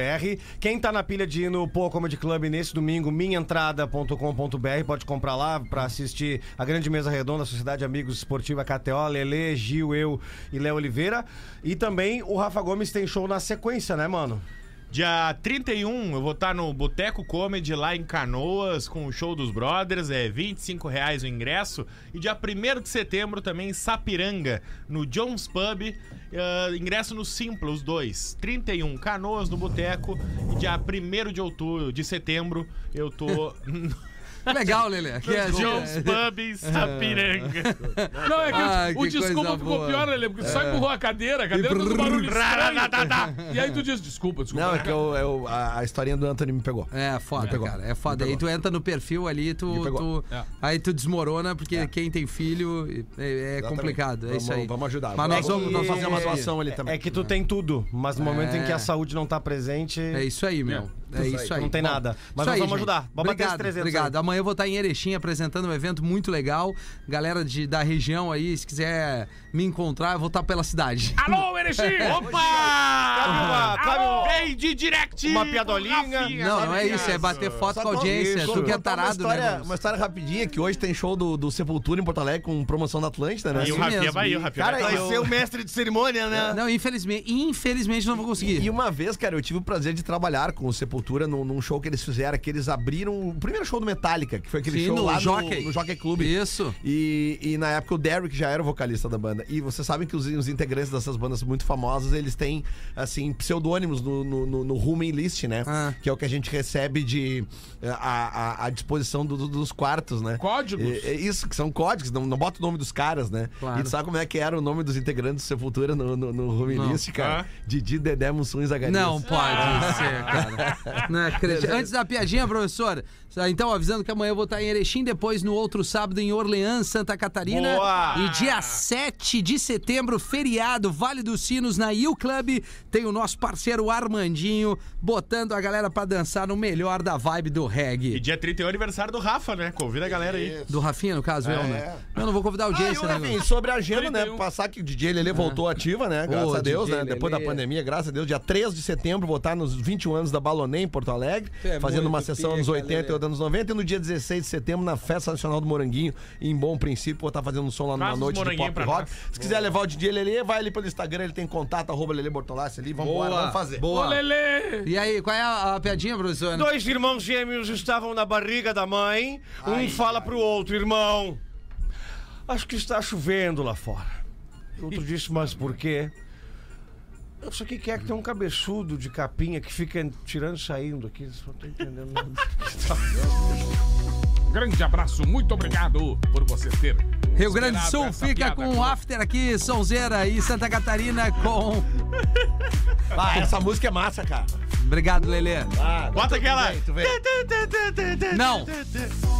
Speaker 7: Quem tá na pilha de ir no Pô Comedy Club nesse domingo, minhaentrada.com.br, pode comprar lá pra assistir a grande mesa redonda, Sociedade Amigos Esportiva KTO, Lele, Gil, eu e Léo Oliveira. E também o Rafa Gomes tem show na sequência, né, mano?
Speaker 4: Dia 31, eu vou estar no Boteco Comedy lá em Canoas com o show dos Brothers, é R$ 25 reais o ingresso. E dia 1 de setembro também em Sapiranga, no Jones Pub, eh, ingresso no Simpla, os dois. 31, Canoas no Boteco. E dia 1 de outubro, de setembro, eu tô
Speaker 1: Legal, Lelê. Aqui é-
Speaker 4: no Jones Pub em Sapiranga.
Speaker 5: Não, é que
Speaker 1: Ai,
Speaker 5: o
Speaker 1: que
Speaker 5: desculpa
Speaker 1: coisa
Speaker 5: ficou
Speaker 1: boa.
Speaker 5: pior, Lelê, porque tu só empurrou a cadeira, a cadeira fez um barulho estranho. E aí tu diz, desculpa, desculpa.
Speaker 6: Não, é que eu, eu- a, a historinha do Anthony me pegou.
Speaker 1: É foda, cara. É foda. Aí tu entra no perfil ali, tu.
Speaker 6: Me pegou.
Speaker 1: tu-
Speaker 5: É.
Speaker 1: Aí tu desmorona, porque quem tem filho é, é complicado. É isso aí.
Speaker 6: Vamos ajudar.
Speaker 1: Mas nós vamos, nós
Speaker 6: fazer uma
Speaker 1: vamos-
Speaker 6: doação ali também.
Speaker 7: É que tu tem tudo, mas no momento em que a saúde não tá presente.
Speaker 1: É isso aí, meu. É isso aí.
Speaker 7: Não tem
Speaker 1: Bom,
Speaker 7: nada.
Speaker 1: isso
Speaker 7: Mas nós
Speaker 1: aí,
Speaker 7: vamos
Speaker 1: gente.
Speaker 7: ajudar. Vamos bater
Speaker 1: obrigado,
Speaker 7: os 300
Speaker 1: Obrigado.
Speaker 7: aí.
Speaker 1: Amanhã eu vou estar em Erechim apresentando um evento muito legal. Galera de, da região aí, se quiser me encontrar, eu vou estar pela cidade.
Speaker 5: Alô, Erechim!
Speaker 7: Ah,
Speaker 4: Opa!
Speaker 7: Cabe uma-
Speaker 4: Alô!
Speaker 7: cabe
Speaker 4: Vem de direct!
Speaker 7: uma piadolinha.
Speaker 4: Rafinha,
Speaker 1: Não, não é
Speaker 4: Rafinha.
Speaker 1: isso, é bater foto com a audiência.
Speaker 6: Só
Speaker 1: Tu que é
Speaker 6: contar
Speaker 1: tarado,
Speaker 6: uma história,
Speaker 1: né?
Speaker 6: Uma história rapidinha, que hoje tem show do, do Sepultura em Porto Alegre com promoção da Atlântida, né?
Speaker 4: E o
Speaker 1: Assim
Speaker 4: Rafinha
Speaker 1: mesmo.
Speaker 4: vai aí, o Rafinha
Speaker 6: Cara,
Speaker 4: vai
Speaker 6: é eu-
Speaker 4: tá lá.
Speaker 7: o mestre de cerimônia, né?
Speaker 1: Não, infelizmente, infelizmente não vou conseguir.
Speaker 6: E uma vez, cara, eu tive o prazer de trabalhar com o Sepultura num, num show que eles fizeram, que eles abriram o primeiro show do Metallica, que foi aquele
Speaker 1: Sim,
Speaker 6: show
Speaker 1: no
Speaker 6: lá
Speaker 1: Jockey.
Speaker 6: no, no Jockey Club.
Speaker 1: Isso.
Speaker 6: E, e na época o Derek já era o vocalista da banda. E vocês sabem que os, os integrantes dessas bandas muito famosas, eles têm, assim, pseudônimos no, no, no, no rooming list, né?
Speaker 1: Ah.
Speaker 6: Que é o que a gente recebe de... eh, a, a, a disposição do- do- dos quartos, né?
Speaker 5: Códigos.
Speaker 6: É, é isso, que são códigos. Não, não bota o nome dos caras, né?
Speaker 1: Claro.
Speaker 6: E tu sabe como é que era o nome dos integrantes do Sepultura no, no, no rooming
Speaker 1: Não.
Speaker 6: list, cara?
Speaker 4: Ah.
Speaker 6: Didi, Dedé, Mussum e
Speaker 2: É
Speaker 6: Zagarias.
Speaker 1: Não pode ser, cara. Não acredito. Antes da piadinha, professor, então avisando que amanhã eu vou estar em Erechim, depois no outro sábado em Orleans, Santa Catarina.
Speaker 7: Boa!
Speaker 1: E dia 7 de setembro, feriado, Vale dos Sinos, na Il Club, tem o nosso parceiro Armandinho botando a galera pra dançar no melhor da vibe do
Speaker 4: E
Speaker 1: reggae.
Speaker 4: dia 30 é o aniversário do Rafa, né? Convida a galera aí.
Speaker 1: Do Rafinha, no caso, eu, né? Eu não vou convidar a
Speaker 6: Ah, e
Speaker 1: audiência,
Speaker 6: o-
Speaker 1: né, meu? um.
Speaker 6: enfim, sobre a agenda, né?
Speaker 5: 31.
Speaker 6: Passar que o DJ Lele voltou ativa, né? Graças
Speaker 1: Ah. Ô,
Speaker 6: a Deus,
Speaker 1: DJ
Speaker 6: né? Depois da
Speaker 1: Lelê.
Speaker 6: pandemia, graças a Deus. Dia 3 de setembro, vou estar nos 21 anos da Balonê em Porto Alegre,
Speaker 1: Tu é
Speaker 6: fazendo uma
Speaker 1: muito
Speaker 6: sessão
Speaker 1: pica,
Speaker 6: nos 80 e
Speaker 1: Lelê.
Speaker 6: outra nos 90. E no dia 16 de setembro, na Festa Nacional do Moranguinho, em Bom Princípio, vou estar fazendo um som lá numa
Speaker 4: Traz os
Speaker 6: noite de
Speaker 4: moranguinhos
Speaker 6: pop
Speaker 4: pra
Speaker 6: rock.
Speaker 4: nós.
Speaker 6: Se quiser levar o DJ Lele, vai ali pelo Instagram, ele tem contato, arroba Lele Bortolassi ali. Vamos embora, vamos fazer.
Speaker 5: Ô,
Speaker 1: Boa.
Speaker 5: Lelê!
Speaker 1: E aí, qual é a, a piadinha, professor?
Speaker 7: Dois irmãos gêmeos estavam na barriga da mãe. Um fala pro outro, irmão. Acho que está chovendo lá fora. O outro disse, mas por quê? Eu só que quer que tem um cabeçudo de capinha que fica tirando e saindo aqui. Só tô entendendo nada.
Speaker 5: Grande abraço, muito obrigado por você ter.
Speaker 1: Rio Grande do
Speaker 5: esperado
Speaker 1: Sul
Speaker 5: essa
Speaker 1: fica
Speaker 5: piada
Speaker 1: com o After aqui, Sonzeira e Santa Catarina com.
Speaker 6: Ah, essa música é massa, cara.
Speaker 1: Obrigado, Lelê.
Speaker 4: Bota aquela.
Speaker 1: Não!